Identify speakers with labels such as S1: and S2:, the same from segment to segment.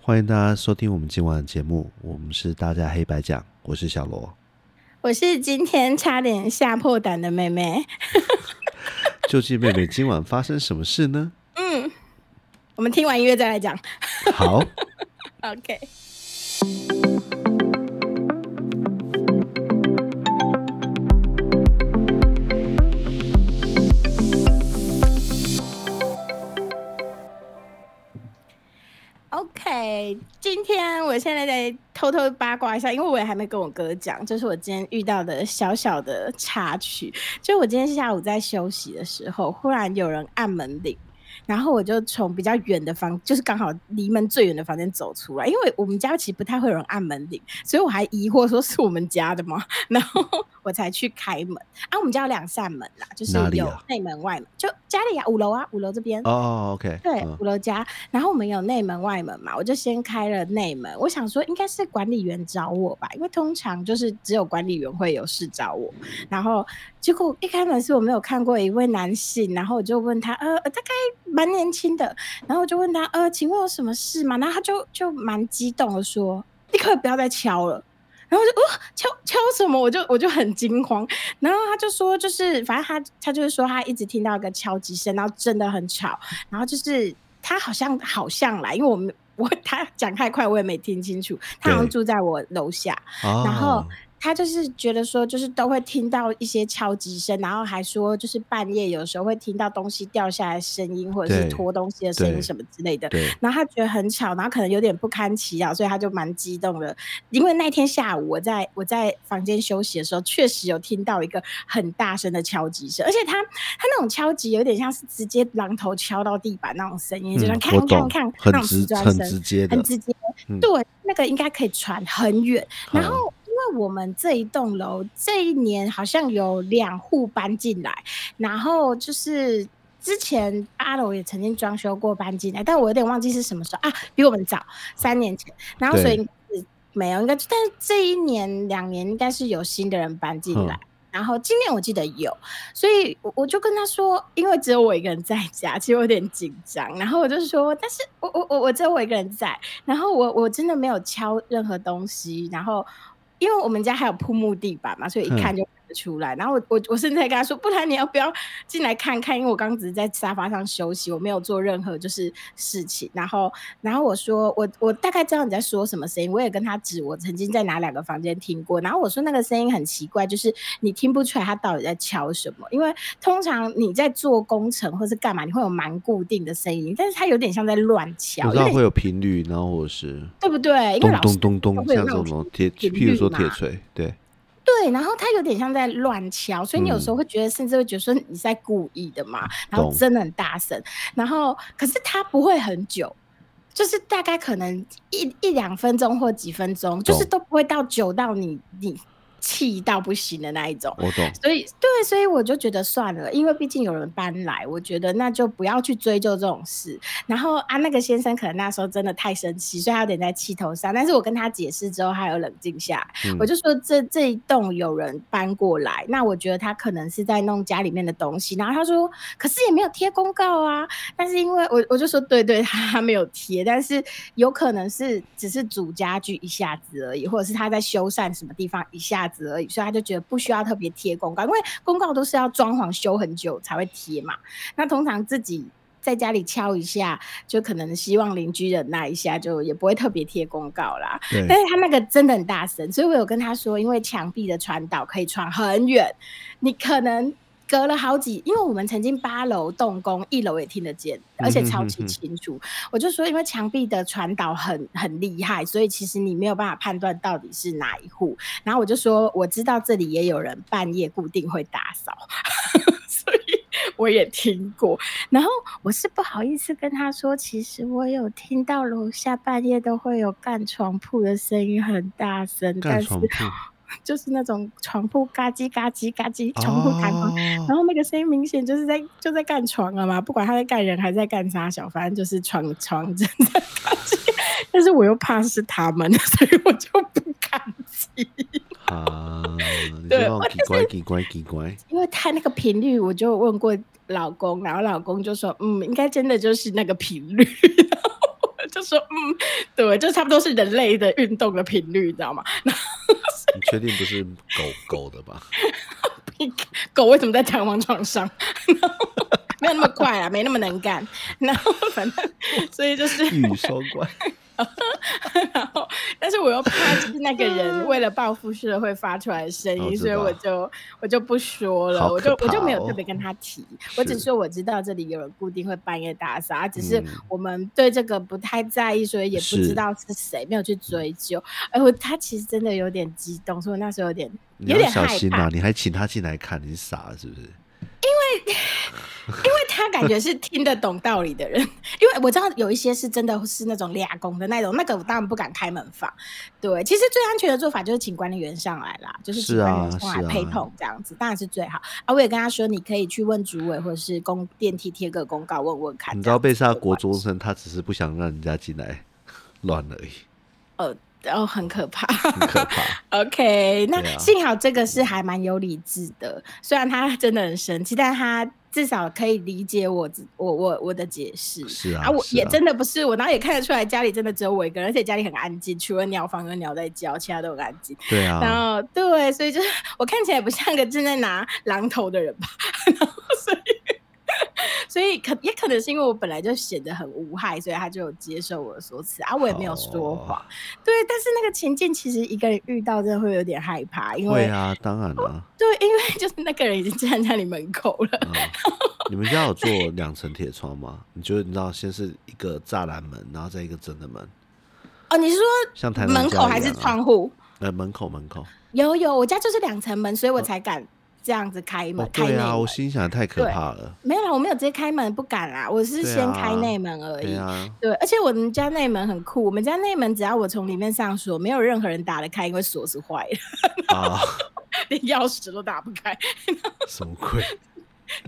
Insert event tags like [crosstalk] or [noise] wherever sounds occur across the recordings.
S1: 欢迎大家收听我们今晚的节目，我们是大家黑白讲，我是小罗。
S2: 我是今天差点吓破胆的妹妹。
S1: 究竟妹妹今晚发生什么事呢？
S2: 嗯，我们听完音乐再来讲。
S1: [laughs] 好，
S2: OK，OK，今天我现在在偷偷八卦一下，因为我也还没跟我哥讲，这是我今天遇到的小小的插曲。就我今天下午在休息的时候，忽然有人按门铃，然后我就从比较远的房，就是刚好离门最远的房间走出来，因为我们家其实不太会有人按门铃，所以我还疑惑说是我们家的吗？然后我才去开门。啊，我们家有两扇门啦，就是
S1: 哪里
S2: 有
S1: 啊
S2: 内门外门，就家里啊，五楼啊，五楼这边。
S1: 哦，OK，
S2: 对
S1: 嗯，
S2: 五楼家，然后我们有内门外门嘛，我就先开了内门。我想说应该是管理员找我吧，因为通常就是只有管理员会有事找我。然后结果一开门是我没有看过一位男性，然后我就问他，呃，大概蛮年轻的，然后我就问他，呃，请问有什么事吗？然后他就就蛮激动的说，立刻不要再敲了。然后我就哦，敲敲什么？我就我就很惊慌，然后他就说，就是反正他他就是说他一直听到一个敲击声，然后真的很吵，然后就是他好像好像来，因为我没 [laughs] 我他讲太快，我也没听清楚，他好像
S1: 对
S2: 住在我楼下，
S1: 哦，
S2: 然后他就是觉得说，就是都会听到一些敲击声，然后还说就是半夜有时候会听到东西掉下来的声音，或者是
S1: 对
S2: 拖东西的声
S1: 对
S2: 音什么之类的。
S1: 对，
S2: 然后他觉得很吵，然后可能有点不堪其扰，所以他就蛮激动的。因为那天下午我在我在房间休息的时候，确实有听到一个很大声的敲击声，而且他他那种敲击有点像是直接榔头敲到地板那种声音，就像
S1: 嗯
S2: 看
S1: 我
S2: 看
S1: 懂
S2: 看，那
S1: 很
S2: 种
S1: 直
S2: 瓷砖
S1: 很
S2: 声，
S1: 直接的
S2: 很，直接。
S1: 嗯
S2: 对，那个应该可以传很远。然
S1: 嗯
S2: 后，因为我们这一栋楼这一年好像有两户搬进来，然后就是。之前八楼也曾经装修过搬进来，但我有点忘记是什么时候啊，比我们早三年前。然后所以
S1: 对
S2: 应该是没有，应该但是这一年两年应该是有新的人搬进
S1: 嗯
S2: 来，然后今年我记得有，所以我我就跟他说，因为只有我一个人在家，其实我有点紧张。然后我就说，但是我我我我只有我一个人在，然后我我真的没有敲任何东西，然后因为我们家还有铺木地板嘛，所以一
S1: 嗯
S2: 看就看得出来。然后我我我甚至还跟他说，不然你要不要进来看看？因为我刚刚只是在沙发上休息，我没有做任何就是事情。然后然后我说我我大概知道你在说什么声音，我也跟他指我曾经在哪两个房间听过。然后我说那个声音很奇怪，就是你听不出来他到底在敲什么，因为通常你在做工程或是干嘛，你会有蛮固定的声音，但是它有点像在乱
S1: 我
S2: 敲，有
S1: 知道
S2: 点
S1: 会有频率，然后我是
S2: 对不对？因为
S1: 咚
S2: 老师
S1: 咚咚
S2: 都
S1: 咚，
S2: 会有
S1: 像
S2: 那
S1: 这
S2: 种
S1: 种铁，
S2: 频
S1: 譬如
S2: 率
S1: 说
S2: 嘛
S1: 铁锤，对，
S2: 对，然后它有点像在乱敲，所以你有时候
S1: 嗯
S2: 会觉得，甚至会觉得说你是在故意的嘛，然后
S1: 懂
S2: 真的很大声，然后可是它不会很久。就是大概可能一一两分钟或几分钟，就是
S1: 懂
S2: 都不会到久到你你气到不行的那一种。
S1: 我懂，
S2: 所以对，所以我就觉得算了，因为毕竟有人搬来，我觉得那就不要去追究这种事。然后啊，那个先生可能那时候真的太生气，所以他有点在气头上。但是我跟他解释之后，他有冷静下来。
S1: 嗯
S2: 我就说这这一栋有人搬过来，那我觉得他可能是在弄家里面的东西。然后他说，可是也没有贴公告啊。但是因为我我就说，对对，他他没有贴，但是有可能是只是主家具一下子而已，或者是他在修缮什么地方一下子而已，所以他就觉得不需要特别贴公告，因为公告都是要装潢修很久才会贴嘛。那通常自己。在家里敲一下，就可能希望邻居忍耐一下，就也不会特别贴公告啦。
S1: 对
S2: 但，是他那个真的很大声，所以我有跟他说，因为墙壁的传导可以传很远，你可能隔了好几，因为我们曾经八楼动工，一楼也听得见，而且超级
S1: 嗯哼哼哼
S2: 清楚。我就说，因为墙壁的传导很很厉害，所以其实你没有办法判断到底是哪一户。然后我就说，我知道这里也有人半夜固定会打扫， [laughs] 所以我也听过。然后我是不好意思跟他说，其实我有听到楼下半夜都会有干床铺的声音很大声，
S1: 干
S2: 但是
S1: 床铺，
S2: 就是那种床铺嘎叽嘎叽嘎叽， [laughs] 床铺弹簧。
S1: 哦
S2: 然后那个声音明显就是在就在干床了嘛，不管他在干人还是在干啥小，反正就是床床正在干机。 [laughs] 但是我又怕是他们， [laughs] 所以我就不敢 [laughs] 进。 [laughs]
S1: 啊，你
S2: 对
S1: 这种
S2: 我
S1: 奇怪奇怪奇怪，
S2: 因为他那个频率，我就问 [laughs] 过老公，然后老公就说，嗯，应该真的就是那个频率。然后我就说嗯，对，就差不多是人类的运动的频率，你知道吗？然后
S1: 你确定不是狗狗的吧？ [laughs]
S2: 狗为什么在弹簧床上？ [laughs] 然后没有那么快啊，没那么能干。然后反正所以就是
S1: 一语双关，
S2: 然后，但是我又怕就是那个人为了报复社会发出来的声
S1: 嗯我
S2: 音，
S1: 知
S2: 所以我
S1: 道
S2: 就我就不说了，
S1: 好
S2: 我
S1: 可
S2: 就我就
S1: 怕
S2: 没有
S1: 哦
S2: 特别跟他提，我只
S1: 是
S2: 说我知道这里有人固定会半夜打扫，啊只是
S1: 嗯
S2: 我们对这个不太在意，所以也不知
S1: 是
S2: 道是谁，没有去追究。哎，我他其实真的有点激动，所以我那时候有点
S1: 你
S2: 有
S1: 要
S2: 点
S1: 小
S2: 害
S1: 心
S2: 怕
S1: 啊！，你还请他进来看，你是傻了是不是？
S2: 因为他感觉是听得懂道理的人， [laughs] 因为我知道有一些是真的是那种俩工的那种，那个我当然不敢开门放。对，其实最安全的做法就是请管理员上来啦，就是请
S1: 是啊
S2: 管理员上
S1: 是
S2: 来
S1: 啊
S2: 陪同这样子，当然是最好。啊，我也跟他说，你可以去问主委或者是公电梯贴个公告问问看。
S1: 你知道
S2: 啊这样
S1: 贝
S2: 子没
S1: 萨
S2: 关
S1: 国
S2: 系
S1: 中生，他只是不想让人家进来乱而已，
S2: 哦，很可怕。 [laughs]
S1: 很可怕。
S2: OK，那
S1: 对啊
S2: 幸好这个是还蛮有理智的，虽然他真的很生气，但他至少可以理解我自我我我的解释。
S1: 是啊，
S2: 啊，我
S1: 是
S2: 也
S1: 啊
S2: 真的不是我，然后也看得出来家里真的只有我一个人，而且家里很安静，除了鸟房有鸟在叫，其他都很安静。
S1: 对
S2: 然
S1: 啊，
S2: 后对，所以就是我看起来不像个正在拿榔头的人吧，然后所以。所以可也可能是因为我本来就显得很无害，所以他就有接受我的说辞啊，我也没有说
S1: 好
S2: 谎。对，但是那个情境其实一个人遇到真的会有点害怕，因
S1: 会
S2: 为、
S1: 啊，当然了、
S2: [laughs]
S1: 啊
S2: 对，因为就是那个人已经站在你门口了，
S1: 嗯。你们家有做两层铁窗吗？你觉得你知道，先是一个栅栏门，然后再一个真的门，
S2: 哦，你是
S1: 像台
S2: 说
S1: 南
S2: 门
S1: 家
S2: 口
S1: 一
S2: 还是
S1: 样啊
S2: 窗户？
S1: 呃，门口门口。
S2: 有有，我家就是两层门，所以我才敢这样子开门，
S1: 哦，
S2: 开
S1: 对
S2: 内
S1: 啊，
S2: 门
S1: 我。心想太可
S2: 对
S1: 怕了。
S2: 没有啦，我没有直接开门，不敢啦，我是
S1: 对
S2: 先开
S1: 啊
S2: 内门而已。
S1: 对啊，
S2: 对，而且我们家内门很酷，我们家内门只要我从里面上锁，没有任何人打得开，因为锁是坏的，
S1: 啊，
S2: [laughs] 连钥匙都打不开。
S1: 什么鬼？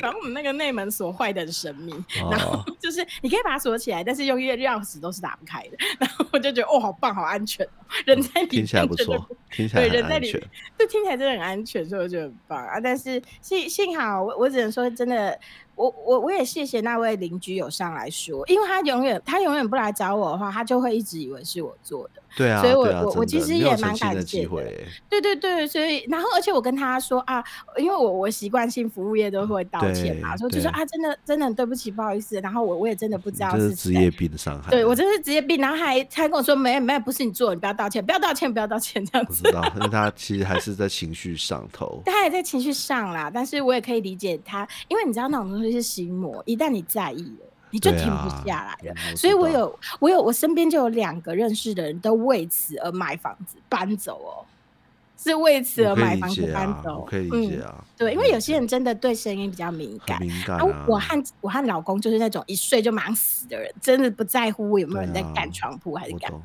S2: 然后我们那个内门锁坏的很神秘，
S1: [laughs]
S2: [laughs] 然后
S1: 哦，
S2: 就是你可以把它锁起来，但是用钥钥匙都是打不开的。然后我就觉得哦，好棒，好安全哦，人在里面
S1: 听起来不
S2: 真的
S1: 错，听起来
S2: 对
S1: 很
S2: 人在
S1: 安
S2: 里
S1: 全。
S2: 就听起来真的很安全，所以我觉得很棒啊。但是幸幸好我，我只能说真的，我我我也谢谢那位邻居有上来说，因为他永远他永远不来找我的话，他就会一直以为是我做的。
S1: 对啊，
S2: 所以我
S1: 对啊
S2: 我我
S1: 真
S2: 其
S1: 的
S2: 实
S1: 没有
S2: 也
S1: 澄
S2: 蛮
S1: 清
S2: 感
S1: 的
S2: 谢
S1: 机
S2: 的
S1: 会欸。
S2: 对对对，所以然后而且我跟他说啊，因为我我习惯性服务业都会道歉嘛，
S1: 对
S2: 所以就说
S1: 对
S2: 啊，真的真的很对不起，不好意思。然后我我也真的不
S1: 你
S2: 知道
S1: 这
S2: 是
S1: 是职
S2: 谁
S1: 业病的啊伤害。
S2: 对我真是职业病，然后还还跟我说没没有不是你做的，你不要道歉，不要道歉，不要道歉这样
S1: 不
S2: 子。
S1: 啊知道，
S2: [laughs]
S1: 因为他其实还是在情绪上头。
S2: 他也在情绪上啦，但是我也可以理解他，因为你知道那种东西是心魔，一旦你在意了，你就
S1: 对
S2: 停不
S1: 啊
S2: 下来了。
S1: 嗯
S2: 所以我
S1: 知道
S2: 有我有我身边就有两个认识的人都为此而买房子搬走哦，是为此而
S1: 我可
S2: 买
S1: 以
S2: 房
S1: 理
S2: 子
S1: 解
S2: 搬
S1: 啊，
S2: 走，
S1: 我可以理解
S2: 嗯。
S1: 啊。
S2: 对，因为
S1: 嗯
S2: 有些人真的对声音比较敏
S1: 很
S2: 感。
S1: 敏感
S2: 啊
S1: 啊，，
S2: 我和我和老公就是那种一睡就忙死的人，真的不在乎有没有人在
S1: 对啊
S2: 干床铺还是
S1: 我
S2: 干
S1: 懂，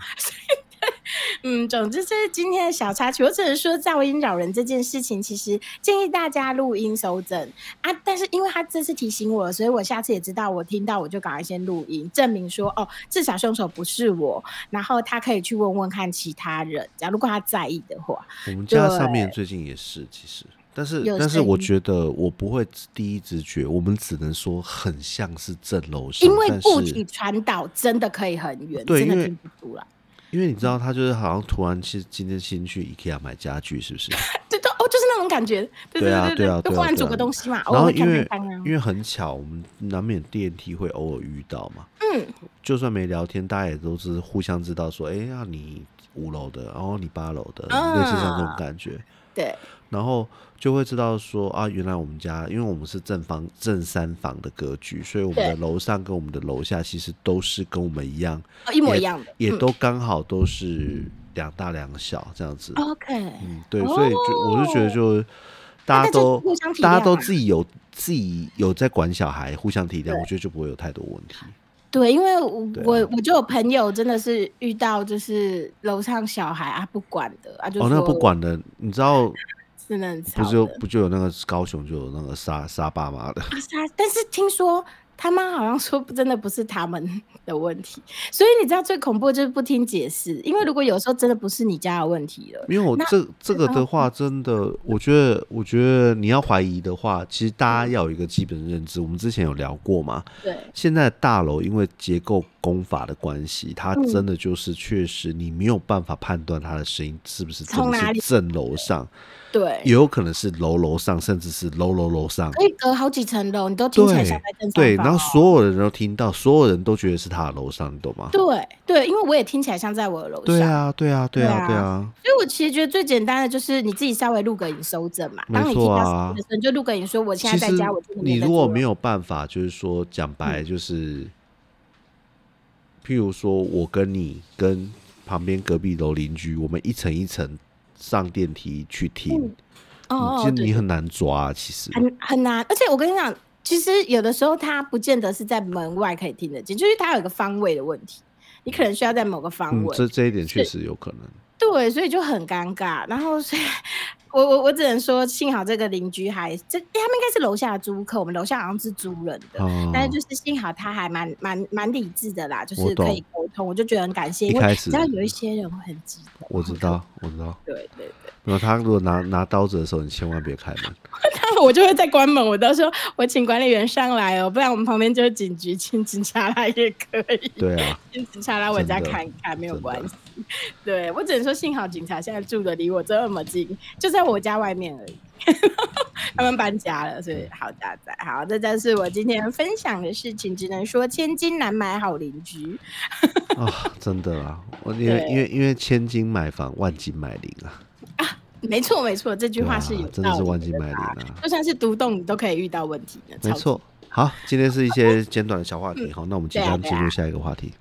S2: 嗯，总之这是今天的小插曲。我只能说，噪音扰人这件事情，其实建议大家录音收证啊。但是因为他这次提醒我了，所以我下次也知道，我听到我就赶快先录音，证明说哦，至少凶手不是我。然后他可以去问问看其他人，假如如果他在意的话，
S1: 我们家
S2: 对
S1: 上面最近也是，其实，但是
S2: 有
S1: 但是我
S2: 声音
S1: 觉得我不会第一直觉，我们只能说很像是正楼上，
S2: 因为
S1: 但
S2: 物
S1: 是
S2: 体传导真的可以很远，
S1: 对
S2: 真的
S1: 因为
S2: 听不出来。
S1: 因为你
S2: 嗯
S1: 知道他就是好像突然去今天新去 IKEA 买家具，是不是？
S2: 对，都哦，就是那种感觉。对
S1: 对啊
S2: 对
S1: 对啊
S2: 就
S1: 对啊
S2: 忽然
S1: 对
S2: 煮
S1: 啊
S2: 个东西嘛，
S1: 然
S2: 哦
S1: 后
S2: 会看
S1: 因为
S2: 看看啊
S1: 因为很巧，我们难免电梯会偶尔遇到嘛，
S2: 嗯，
S1: 就算没聊天，大家也都是互相知道说，哎、那、你五楼的，然、后你八楼的，
S2: 啊
S1: 类似像这种感觉，
S2: 对，
S1: 然后就会知道说啊，原来我们家，因为我们是正房正三房的格局，所以我们
S2: 对
S1: 的楼上跟我们的楼下其实都是跟我们一样，
S2: 哦一模
S1: 也
S2: 一样的，
S1: 也
S2: 嗯
S1: 都刚好都是两大两小这样子。
S2: OK。
S1: 嗯，对，所以就我就觉得就大
S2: 哦那
S1: 家
S2: 就
S1: 都
S2: 互相体
S1: 大
S2: 谅
S1: 家都
S2: 嘛
S1: 自己有自己有在管小孩，互相体谅，
S2: 对
S1: 我觉得就不会有太多问题。哦
S2: 对，因为我、
S1: 对啊
S2: 我我就有朋友真的是遇到就是楼上小孩啊不管的啊就
S1: 哦，那不
S2: 说
S1: 管了，你知
S2: [laughs]
S1: 道
S2: 是能
S1: 不
S2: 吵
S1: 就
S2: 的
S1: 不就有那个高雄就有那个杀杀爸妈的，
S2: 啊是啊但是听说他妈好像说真的不是他们 [laughs] 的问题，所以你知道最恐怖的就是不听解释，因为如果有时候真的不是你家的问题了，
S1: 没有
S2: 那嗯
S1: 这这个的话，真的，我觉得，我觉得你要怀疑的话，其实
S2: 嗯
S1: 大家要有一个基本认知。我们之前有聊过嘛，
S2: 对
S1: 现在的大楼因为结构工法的关系，它
S2: 嗯
S1: 真的就是确实你没有办法判断它的声音是不是真
S2: 从
S1: 的
S2: 哪
S1: 是
S2: 里
S1: 正楼上，也
S2: 对，
S1: 有可能是楼楼上，甚至是楼楼楼上。
S2: 可以隔好几层楼，你都听起来
S1: 对
S2: 像在正上
S1: 对，
S2: 方
S1: 然后
S2: 哦
S1: 所有人都听到，所有人都觉得是他的楼上，你懂吗？
S2: 对对，因为我也听起来像在我的楼
S1: 对
S2: 上，
S1: 啊，对啊，对啊，
S2: 对啊
S1: 对啊，
S2: 所以我其实觉得最简单的就是你自己稍微录个影收证嘛。
S1: 没
S2: 当你听
S1: 错
S2: 到
S1: 啊
S2: 声音的时候，你就录个影说我现
S1: 其
S2: 在在
S1: 实
S2: 家，我真的
S1: 你
S2: 在
S1: 如果
S2: 做
S1: 没有办法，就是说讲白，就是、譬如说我跟你跟旁边隔壁楼邻居，我们一层一层上电梯去听，
S2: 嗯哦哦
S1: 你，其
S2: 对
S1: 实你很难抓、啊，其实。
S2: 很很难，而且我跟你讲，其实有的时候它不见得是在门外可以听得见，就是它有一个方位的问题，你可能需要在某个方
S1: 嗯，
S2: 位。
S1: 这这一点确
S2: 是
S1: 实有可能。
S2: 对，所以就很尴尬。然后所以我我我只能说，幸好这个邻居还这他们应该是楼下的租客，我们楼下好像是租人的。
S1: 哦，
S2: 但是就是幸好他还蛮蛮蛮理智的啦，就
S1: 我
S2: 是可以
S1: 懂
S2: 沟通，我就觉得很感谢，
S1: 一
S2: 因
S1: 开
S2: 为
S1: 始
S2: 你知道有一些人会很激动，
S1: 啊我知
S2: 很可
S1: 道，我知道。
S2: [laughs] 对对对，
S1: 然后他如果拿拿刀子的时候，你千万别开
S2: [laughs]
S1: 门。
S2: 那我就会再关门，我到时候我请管理员上来哦，不然我们旁边就是警局，请警察来也可以，
S1: 对啊，
S2: 请警察来我家
S1: 真的
S2: 看一看，没有
S1: 真的
S2: 关系。对我只能说，幸好警察现在住的离我这么近，就在我家外面而已。 [laughs] 他们搬家了，所以好家在好，这就是我今天分享的事情，只能说千金难买好邻居。
S1: 啊、真的啊，我因为
S2: 对
S1: 因为因为千金买房，万金买邻啊，
S2: [laughs] 没错，没错，这句
S1: 对
S2: 话
S1: 啊
S2: 是有，
S1: 真
S2: 道
S1: 的是
S2: 理
S1: 万金
S2: 的
S1: 买邻
S2: 啦
S1: 啊，
S2: 就算是独栋，你都可以遇到问题的。
S1: 没
S2: 超级
S1: 错。好，今天是一些简短的小话题，好，那我们即
S2: 对啊
S1: 将
S2: 对
S1: 进入
S2: 啊
S1: 下一个话题。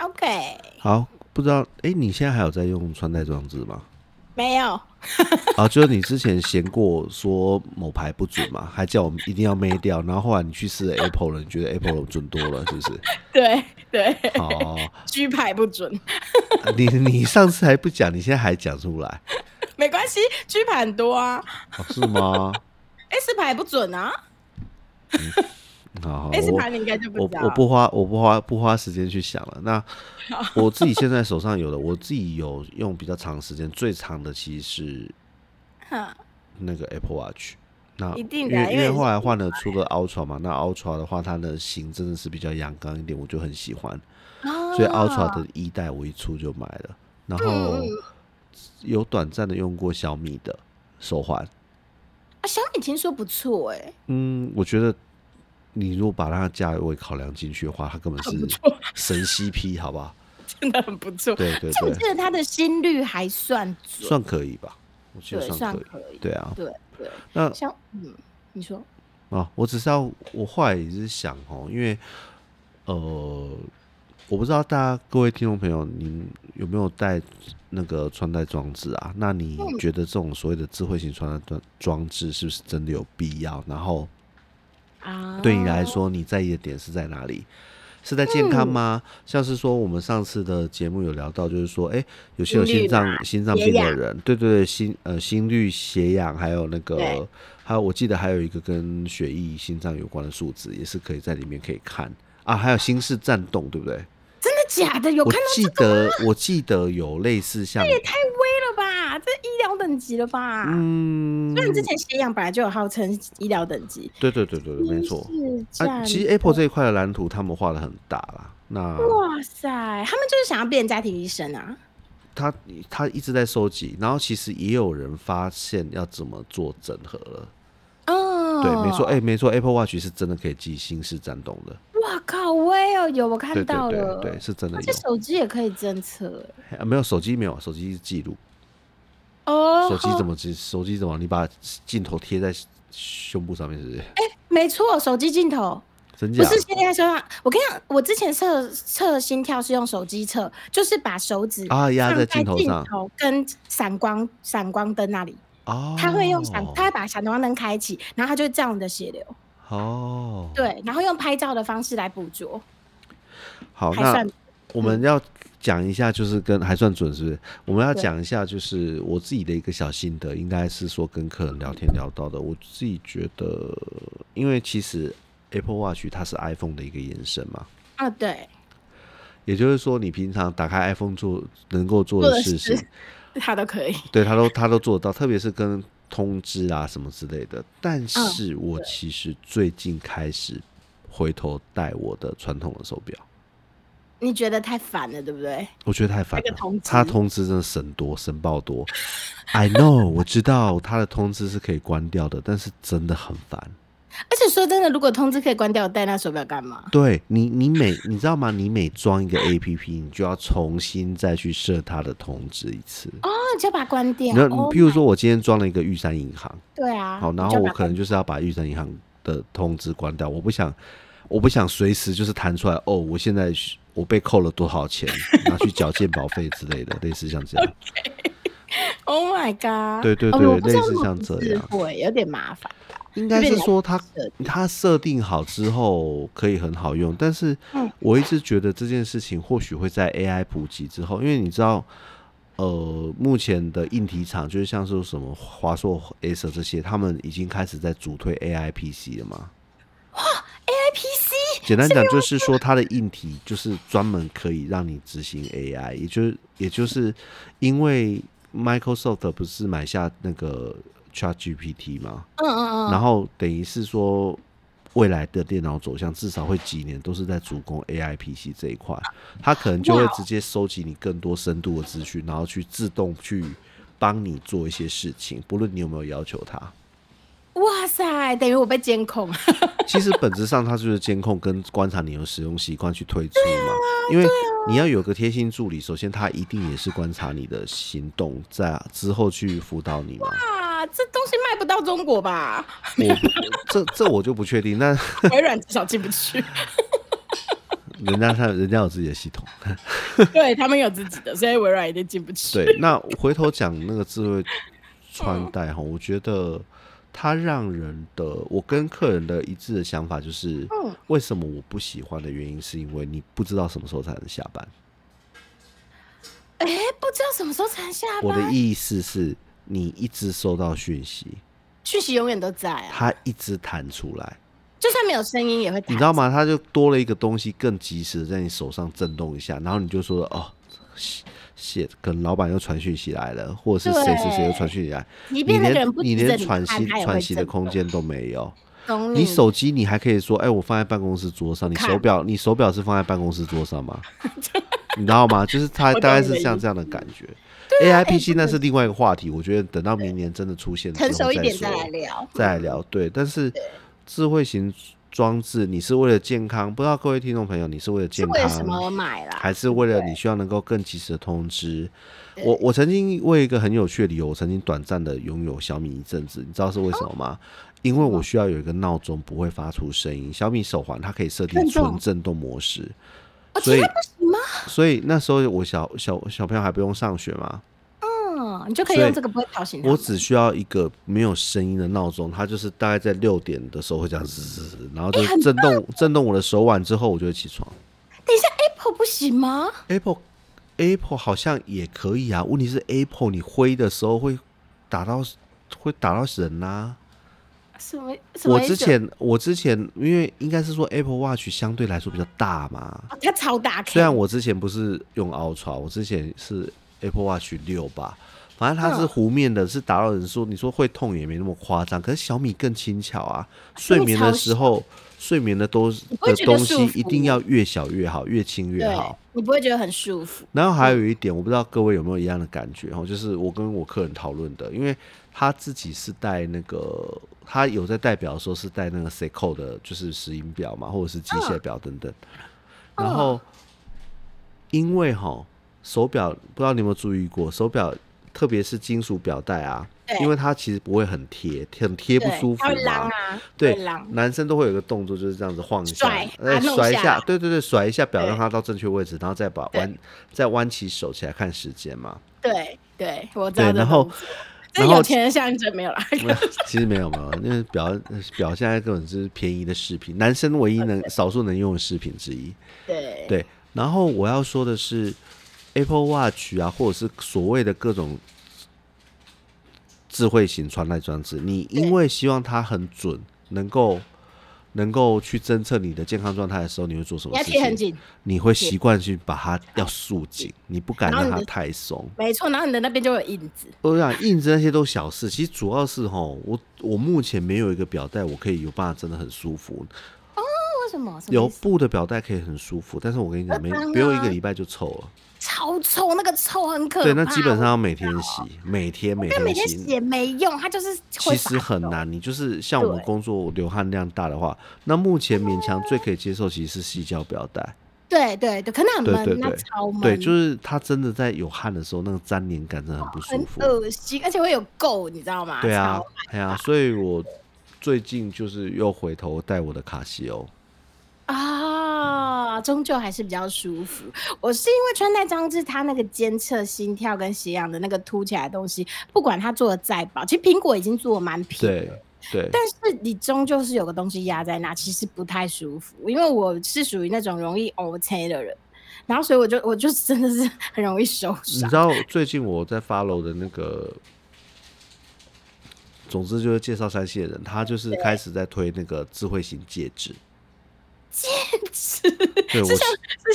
S2: OK，
S1: 好，不知道哎、你现在还有在用穿戴装置吗？
S2: 没有，
S1: 啊，就是你之前嫌过说某牌不准嘛，还叫我们一定要卖掉，然后后来你去试了 Apple 了，你觉得 Apple 准多了，是不是？
S2: 对对， [laughs]
S1: 好，
S2: 居牌不准，
S1: 你你上次还不讲，你现在还讲出来，
S2: 没关系，居牌很多啊
S1: 哦、是吗？
S2: ，S 牌不准啊
S1: 好好，
S2: ，S
S1: 我
S2: 牌你应该就不
S1: 我
S2: 知
S1: 哦
S2: 道。啊
S1: 我不花我不花不花时间去想了。
S2: [laughs]
S1: 那我自己现在手上有的，我自己有用比较长时间，最长的其实是
S2: 哼
S1: 那个 Apple Watch。那
S2: 一定
S1: 因
S2: 的啊
S1: 为
S2: 因为
S1: 为
S2: 你
S1: 后
S2: 是
S1: 来换了出个 Ultra 嘛，那 Ultra 的话，它的型真的是比较阳刚一点，我就很喜欢，所以 Ultra 的一代我一出就买了。然后
S2: 啊嗯
S1: 有短暂的用过小米的手环，
S2: 啊，小米听说不错哎、
S1: 嗯，我觉得你如果把它的价位考量进去的话，它根本
S2: 很不
S1: 是
S2: 错，
S1: 神 CP，好不
S2: [laughs]
S1: 好？
S2: 真的很不错。
S1: 对对
S2: 而且我
S1: 对
S2: 记。得它的心率还算准，
S1: 算可以吧，我觉得
S2: 对，
S1: 算
S2: 算
S1: 可以。
S2: 可以。
S1: 对啊，
S2: 对对，
S1: 那
S2: 像嗯，你说
S1: 啊，我只是要，我后来也是想哦，因为呃，我不知道大家各位听众朋友，你有没有带那个穿戴装置啊？那你
S2: 嗯
S1: 觉得这种所谓的智慧型穿戴装装置是不是真的有必要？然后
S2: 啊，
S1: 对你来说，你在意的点是在哪里？是在健
S2: 嗯
S1: 康吗？像是说我们上次的节目有聊到，就是说，哎、有些有
S2: 心率
S1: 心脏
S2: 嘛
S1: 心脏
S2: 血
S1: 病的
S2: 氧
S1: 人，对对对，心呃心率、血氧，还有那个
S2: 对，
S1: 还有我记得还有一个跟血液、心脏有关的数值，也是可以在里面可以看啊，还有心室颤动，对不对？
S2: 真的假的？有
S1: 我
S2: 看到
S1: 记得我记得有类似像，
S2: 太微了吧？这医疗等级了吧？
S1: 嗯
S2: 虽，然之前血氧本来就有号称医疗等级，
S1: 对对对对对，没错。
S2: 是这
S1: 啊，
S2: 样。
S1: 其实 Apple 这一块的蓝图他们画的很大啦，那
S2: 哇塞，他们就是想要变家庭医生啊！
S1: 他他一直在收集，然后其实也有人发现要怎么做整合了。
S2: 哦，
S1: 对，没错，哎、没错，Apple Watch 是真的可以记心室颤动的，
S2: 哇靠，威哦，有我
S1: 对
S2: 看
S1: 对
S2: 到
S1: 对
S2: 了，
S1: 对，是真的
S2: 而
S1: 有
S2: 且。手机也可以侦测欸
S1: 嘿啊没有手机没有，手机是记录，
S2: 哎哦，
S1: 手机怎么记？手机怎么？你把镜头贴在胸部上面，是不是？
S2: 没错，手机镜头
S1: 真
S2: 哎不
S1: 假？
S2: 是现在手上。我跟你讲，我之前测测心跳是用手机测，就是把手指
S1: 啊压
S2: 放
S1: 在镜
S2: 镜
S1: 头上
S2: 头跟闪光闪光灯那里，
S1: 哦，
S2: 他会用闪，他会把闪光灯开启，然后他就会照你的血流，
S1: 哦，，
S2: 对，然后用拍照的方式来捕捉，
S1: 好，
S2: 还
S1: 那
S2: 算嗯
S1: 我们要讲一下，就是跟还算准是不是？我们要讲一下，就是我自己的一个小心得，应该是说跟客人聊天聊到的。我自己觉得，因为其实 Apple Watch 它是 iPhone 的一个延伸嘛，
S2: 啊，对，
S1: 也就是说，你平常打开 iPhone 做能够做
S2: 做
S1: 的
S2: 的
S1: 事
S2: 事
S1: 情，
S2: [laughs] 他都可以，
S1: 对他都他都做得到，特别是跟通知啊什么之类的。
S2: 嗯
S1: 但是我其实最近开始回头戴我的传统的手表，
S2: 你觉得太烦了，对不对？
S1: 我觉得太烦
S2: 那个
S1: 了
S2: 通。知
S1: 他通知真的神多神爆多，I know 我知道他的通知是可以关掉的，但是真的很烦。
S2: 而且说真的，如果通知可以关掉，我戴那手表干嘛？
S1: 对你，你每你知道吗？你每装一个 A P P，你就要重新再去设它的通知一次。
S2: 哦，你就把它关掉。
S1: 那
S2: 哦
S1: 譬如说，我今天装了一个玉山银行，
S2: 对啊，
S1: 好，然
S2: 你
S1: 后
S2: 就
S1: 我
S2: 把它
S1: 可能就是要把玉山银行的通知关掉，我不想，我不想随时就是弹出来哦，我现在是我被扣了多少钱，拿去缴健保费之类的，类似像这样。
S2: Oh my god！
S1: 对对
S2: 哦
S1: 对
S2: 我不知道
S1: 类似
S2: 那
S1: 像
S2: 种
S1: 这
S2: 智
S1: 样
S2: 慧有点麻烦。
S1: 应该是说它
S2: 设
S1: 它设定好之后可以很好用，但是
S2: 嗯
S1: 我一直觉得这件事情或许会在 AI 普及之后，因为你知道，呃，目前的硬体厂就是像是什么华硕、Acer 这些，他们已经开始在主推 AI PC 了嘛。
S2: PC
S1: 简单讲就是啊说，它的硬体就是专门可以让你执行 AI，也就是也就是因为 Microsoft 不是买下那个 ChatGPT 吗？
S2: 嗯嗯嗯，
S1: 然后等于是说，未来的电脑走向至少会几年都是在主攻 AI PC 这一块，它可能就会
S2: 哇哦
S1: 直接收集你更多深度的资讯，然后去自动去帮你做一些事情，不论你有没有要求它。
S2: 哇塞，等于我被监控。
S1: 其实本质上它就是监控跟观察你的使用习惯去推出
S2: 啊
S1: 嘛，因为你要有个贴心助理，首先他一定也是观察你的行动，在之后去辅导你嘛。
S2: 啊，这东西卖不到中国吧？
S1: 我这这我就不确定，但
S2: 微软至少进不去，
S1: [laughs] 人家他人家有自己的系统。
S2: 对他们有自己的，所以微软一定进不去。
S1: 对，那回头讲那个智慧穿戴哈，我觉得它让人的，我跟客人的一致的想法就是
S2: 嗯，
S1: 为什么我不喜欢的原因，是因为你不知道什么时候才能下班。
S2: 哎，不知道什么时候才能下
S1: 我的
S2: 班，
S1: 意思是，你一直收到讯息，
S2: 讯息永远都在啊，
S1: 它一直弹出来，
S2: 就算没有声音也会
S1: 你
S2: 弹
S1: 知。道吗？它就多了一个东西，更及时的在你手上震动一下，然后你就说哦。谢，可能老板又传讯息来了，或者是谁谁谁又传讯息来，
S2: 即
S1: 你
S2: 便那个
S1: 连
S2: 人不
S1: 你
S2: 盯着
S1: 连
S2: 你
S1: 喘
S2: 看
S1: 息
S2: 他也会
S1: 喘息的
S2: 震
S1: 空
S2: 动
S1: 间都没有，
S2: 懂
S1: 你手机你还可以说，哎、我放在办公室桌上。你
S2: 看
S1: 手表，你手表是放在办公室桌上
S2: [laughs]
S1: 吗？你知道吗？就是它
S2: 我懂
S1: 大概
S2: 你的
S1: 是
S2: 意
S1: 像
S2: 思
S1: 这样的感觉。A I P
S2: 哎
S1: C 那是另外一个话题，我觉得等到明年真的出现之后
S2: 成熟一
S1: 再
S2: 点
S1: 说
S2: 再来聊。嗯
S1: 再来聊。对，但是智慧型装置，你是为了健康，不知道各位听众朋友，你是为了
S2: 是
S1: 健
S2: 为了什么而
S1: 康，
S2: 买啦？
S1: 还是为了你需要能够更及时的通知？我我曾经为一个很有趣的理由，我曾经短暂的拥有小米一阵子，你知道是为什哦么吗？因为我需要有一个闹钟不会发出声音，小米手环它可以设定
S2: 震动
S1: 纯震动模式，
S2: 哦，
S1: 所
S2: 其
S1: 以
S2: 他不行吗？
S1: 所以那时候我小小小朋友还不用上学嘛， [laughs]
S2: 嗯，你就可以
S1: 所以
S2: 用这个不会吵醒他
S1: 我
S2: 们。
S1: 只需要一个没有声音的闹钟，它就是大概在六点的时候会这样滋滋滋，然后就震动、震动我的手腕之后，我就会起床。
S2: 等一下，Apple 不行吗？
S1: Apple Apple 好像也可以啊，问题是 Apple 你挥的时候会打到会打到人呐、
S2: 什么？什么
S1: 我
S2: 意
S1: 之
S2: 思
S1: 前我之前因为应该是说 Apple Watch 相对来说比较大嘛，
S2: 哦它超大颗，
S1: 虽然我之前不是用 Ultra，我之前是 Apple Watch 六吧，反正它是
S2: 嗯
S1: 弧面的，是打到人说你说会痛也没那么夸张，可是小米更轻巧啊，
S2: 小
S1: 睡
S2: 米
S1: 眠的时
S2: 啊
S1: 候睡眠的都
S2: 你不会
S1: 的
S2: 觉得
S1: 东
S2: 舒
S1: 西
S2: 服
S1: 一定要越小越好，越轻越
S2: 对
S1: 好。，
S2: 你不会觉得很舒服。
S1: 然后还有一点，我不知道各位有没有一样的感觉哦，就是我跟我客人讨论的，因为他自己是戴那个，他有在戴表的时候是戴那个 Seiko 的，就是石英表嘛，或者是机械表等等。
S2: 嗯
S1: 然后因为哈手表，不知道你有没有注意过，手表特别是金属表带啊，
S2: 对对
S1: 因为它其实不会很贴，很贴不
S2: 对
S1: 舒服
S2: 它会
S1: 嘛
S2: 浪。啊，
S1: 对
S2: 会浪，
S1: 男生都会有一个动作，就是这样子晃一下
S2: 甩，
S1: 呃
S2: 把它弄
S1: 甩一
S2: 下来
S1: 对对对，甩一下表，
S2: 对
S1: 让它到正确位置，然后再把
S2: 对
S1: 弯，再弯起手起来看时间嘛。
S2: 对对，我知
S1: 对
S2: 道这
S1: 然
S2: 动
S1: 后
S2: 作。这
S1: 然后
S2: 有钱人象征没有
S1: [laughs]
S2: 啦，
S1: 其实没有没有，那表呃表现在根本就是便宜的饰品，男生唯一
S2: [laughs]
S1: 能少数能用的饰品之一。
S2: 对
S1: 对，然后我要说的是，Apple Watch 啊，或者是所谓的各种智慧型穿戴装置，你因
S2: 对
S1: 为希望它很准，能够能够去侦测你的健康状态的时候，你会做什
S2: 你
S1: 么
S2: 要
S1: 事
S2: 贴很
S1: 情？
S2: 紧，
S1: 你会习惯去把它要束紧，你不敢
S2: 然
S1: 让
S2: 后你
S1: 它
S2: 的
S1: 太松。
S2: 没错，然后你的那边就有印子，
S1: 我想印子那些都小事，其实主要是吼，我我目前没有一个表带，我可以有办法真的很舒服。
S2: 为什么？什么
S1: 有
S2: 意思
S1: 布的表带可以很舒服，但是我跟你讲，没
S2: 当然啊
S1: 不用一个礼拜就臭了。
S2: 超臭，那个臭很可怕。
S1: 对，那基本上要每天洗，每天每
S2: 但每
S1: 天
S2: 天
S1: 洗，
S2: 洗也没用，它就是
S1: 其
S2: 会
S1: 实
S2: 发
S1: 很
S2: 臭。
S1: 难。你就是像我们
S2: 对
S1: 工作流汗量大的话，那目前勉强最可以接受其实是细胶表带，
S2: 对对对，可能很
S1: 对
S2: 闷，
S1: 对
S2: 那
S1: 对
S2: 超闷，
S1: 对，就是它真的在有汗的时候，那个粘连感真的很不舒
S2: 很
S1: 服。
S2: 恶心，而且会有垢，你知道吗？
S1: 对啊
S2: 超，
S1: 哎呀、所以我最近就是又回头带我的卡西欧。
S2: 啊，终究还是比较舒服。我是因为穿戴装置，它那个监测心跳跟血氧的那个凸起来的东西，不管它做的再薄，其实苹果已经做的蛮平
S1: 对对，
S2: 但是你终究是有个东西压在那，其实不太舒服。因为我是属于那种容易 OK 的人，然后所以我就我就真的是很容易受
S1: 你
S2: 伤
S1: 知。道最近我在 follow 的那个，总之就是介绍山西的人，他就是开始在推那个智慧型戒指。
S2: 是 [laughs]
S1: 对我
S2: 是像是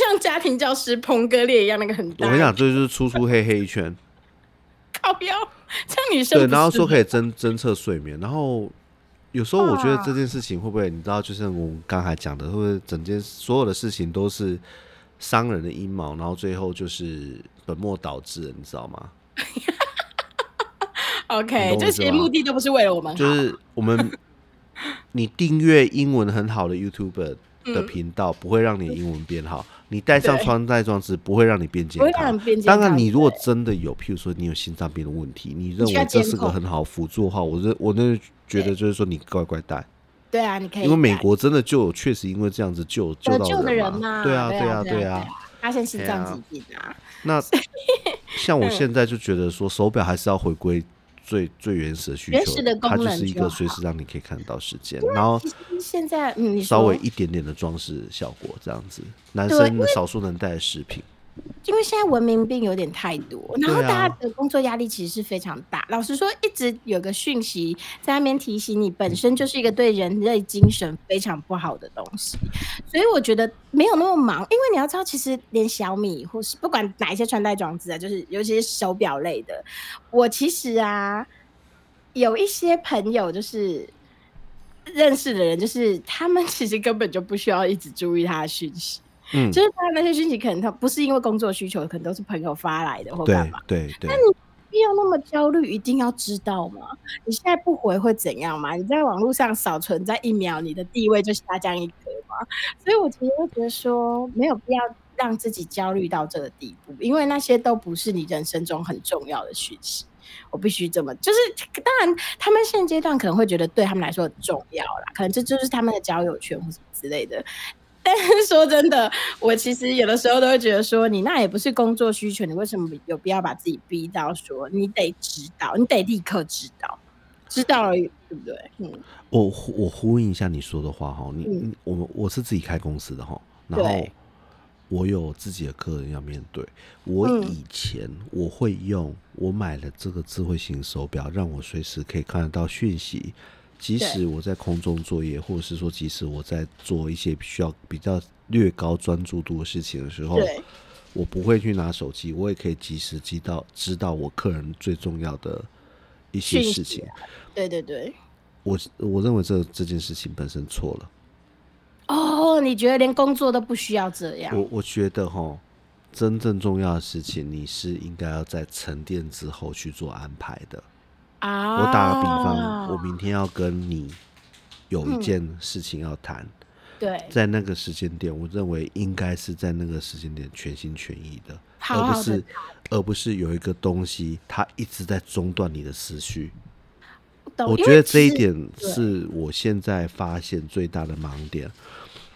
S2: 像家庭教师彭格列一样那个很
S1: 我
S2: 大，
S1: 跟你讲，这就是粗粗黑黑一圈，
S2: [laughs] 靠腰，像女生
S1: 对，然后说可
S2: 以
S1: 以侦侦测睡眠，然后有时候我觉得这件事情会不会，你知道，就像我们刚才讲的，会不会整件所有的事情都是商人的阴谋，然后最后就是本末倒置了，你知道吗？你
S2: OK，
S1: 懂我
S2: 这
S1: 意
S2: 其
S1: 思
S2: 实
S1: 吗
S2: 目的都不是为了我们好，
S1: 就是我们，你订阅英文很好的 YouTuber 的频道，不会让你的英文变好。你戴上
S2: 嗯对
S1: 穿戴装置，不会让你变健
S2: 不会让
S1: 康
S2: 你。变健
S1: 当然，
S2: 康
S1: 你如果真的有，譬如说你有心脏病的问题，你认
S2: 需要
S1: 为这
S2: 监
S1: 是个
S2: 控
S1: 很好辅助的话，我认我那觉得
S2: 对
S1: 就是说你乖乖戴，
S2: 对啊，你可以
S1: 因为美
S2: 改
S1: 国真的就有确实因为这样子就有救
S2: 有
S1: 到
S2: 救的人
S1: 嘛
S2: 嘛，
S1: 对啊，
S2: 啊，啊，
S1: 啊，
S2: 对
S1: 对
S2: 啊，对，发现心
S1: 对
S2: 脏
S1: 啊
S2: 疾病啊，
S1: 那像
S2: 嗯
S1: 我现在就觉得说手表还是要回归最最原始的需
S2: 原
S1: 求
S2: 始的，
S1: 它
S2: 功
S1: 就
S2: 能
S1: 是一
S2: 就啊
S1: 个随时让你可以看到时间，然后
S2: 其实现在嗯，你
S1: 哦稍
S2: 说
S1: 微一点点的装饰效果这样子，男
S2: 对
S1: 生
S2: 因
S1: 的少数能戴的饰品。
S2: 因为现在文明病有点太多，然后
S1: 对啊
S2: 大家的工作压力其实是非常大。老实说，一直有个讯息在那边提醒你，本身就是一个对人类精神非常不好的东西。所以我觉得没有那么忙，因为你要知道，其实连小米或是不管哪一些穿戴装置啊，就是尤其是手表类的，我其实啊有一些朋友就是。认识的人就是他们，其实根本就不需要一直注意他的讯息，
S1: 嗯，
S2: 就是他那些讯息可能他不是因为工作需求，可能都是朋友发来的或干
S1: 对
S2: 嘛。
S1: 对对，
S2: 必要那么焦虑，一定要知道吗？你现在不回会怎样吗？你在网络上少存在一秒，你的地位就下降一格吗？所以我其实会觉得说，没有必要让自己焦虑到这个地步，因为那些都不是你人生中很重要的讯息。我必须这么，就是当然，他们现阶段可能会觉得对他们来说很重要啦，可能这就是他们的交友圈或什么之类的。 [laughs] 但是说真的，我其实有的时候都会觉得说，你那也不是工作需求，你为什么有必要把自己逼到说你得知道，你得立刻知道，知道了对不对？嗯，
S1: 我呼我呼应一下你说的话哈，你、
S2: 嗯
S1: 我们我是自己开公司的哈，然后
S2: 对
S1: 我有自己的客人要面对。我
S2: 嗯
S1: 以前我会用我买了这个智慧型手表，让我随时可以看得到讯息，即
S2: 对
S1: 使我在空中作业，或者是说即使我在做一些需要比较略高专注度的事情的时候，
S2: 对
S1: 我不会去拿手机，我也可以及时知道知道我客人最重要的一些
S2: 讯
S1: 事
S2: 息啊
S1: 情。
S2: 对对对。
S1: 我我认为这这件事情本身错了。
S2: 哦，你觉得连工作都不需要这样？
S1: 我我觉得哈，真正重要的事情，你是应该要在沉淀之后去做安排的。
S2: 啊，
S1: 我
S2: 嗯
S1: 打个比方，我明天要跟你有一件事情要谈，
S2: 对，
S1: 在那个时间点，我认为应该是在那个时间点全心全意的，
S2: 好
S1: 而
S2: 好
S1: 不
S2: 的
S1: 是而不是有一个东西它一直在中断你的思绪。
S2: 懂
S1: 我
S2: 哦因
S1: 觉得
S2: 为
S1: 这一
S2: 是
S1: 点
S2: 对
S1: 是我现在发现最大的盲点。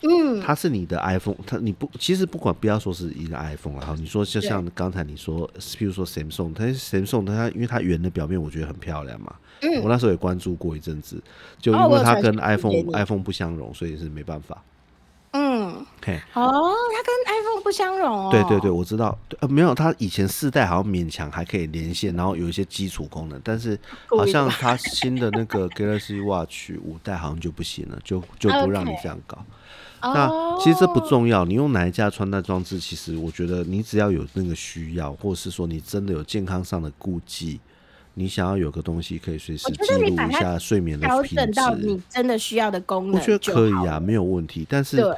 S2: 嗯，
S1: 它是你的 iPhone，它你不其实不管不要说是一个 iPhone 了哈，你说就
S2: 对
S1: 像刚才你说，譬如说 Samsung，它 Samsung 它因为它圆的表面我觉得很漂亮嘛，
S2: 嗯
S1: 我那时候也关注过一阵子，就
S2: 哦
S1: 因
S2: 我
S1: 为
S2: 有
S1: 它
S2: 传
S1: 跟
S2: 讯息
S1: iPhone、
S2: 给你
S1: iPhone 不相容，所以是没办法。
S2: 嗯，
S1: 嘿，
S2: 哦，它跟 iPhone 不相容哦。
S1: 对对对，，我知道，呃，没有，它以前四代好像勉强还可以连线，然后有一些基础功能，但是
S2: [laughs] 故意
S1: 好
S2: 的
S1: 像
S2: 吧
S1: 它新的那个 Galaxy Watch 五代好像就不行了，就就不让你
S2: OK
S1: 这样搞。
S2: 哦
S1: 那、其实这不重要，你用哪一家穿戴装置，其实我觉得你只要有那个需要，或是说你真的有健康上的顾忌，你想要有个东西可以随时
S2: 我觉
S1: 记
S2: 得你
S1: 录
S2: 把
S1: 一
S2: 它
S1: 下睡眠的
S2: 调
S1: 品
S2: 整到
S1: 质
S2: 你，真的需要的功能，
S1: 我觉得可以。啊，没有问题。但是
S2: 对，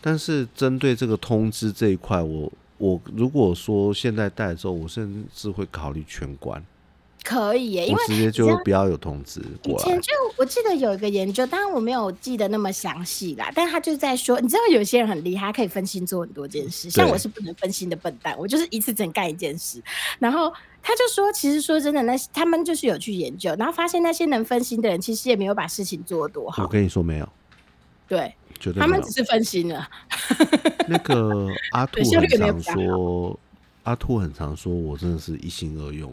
S1: 但是针对这个通知这一块，我我如果说现在戴的时候，我甚至会考虑全关，
S2: 可以耶，因
S1: 我
S2: 为
S1: 直接就不要有通知
S2: 以
S1: 过来
S2: 前。就我记得有一个研究，当然我没有记得那么详细啦，但他就在说，你知道有些人很厉害，他可以分心做很多件事，像
S1: 对
S2: 我是不能分心的笨蛋，我就是一次只能干一件事。然后他就说，其实说真的，那他们就是有去研究，然后发现那些能分心的人，其实也没有把事情做得多
S1: 我
S2: 好，
S1: 跟你说没有，
S2: 对
S1: 绝对
S2: 他
S1: 没
S2: 们
S1: 有
S2: 只。是分心了。
S1: 那个阿兔
S2: 对效率
S1: 很
S2: [laughs] 也没有
S1: 常
S2: 比较
S1: 说，阿兔很常说我真的是一心二用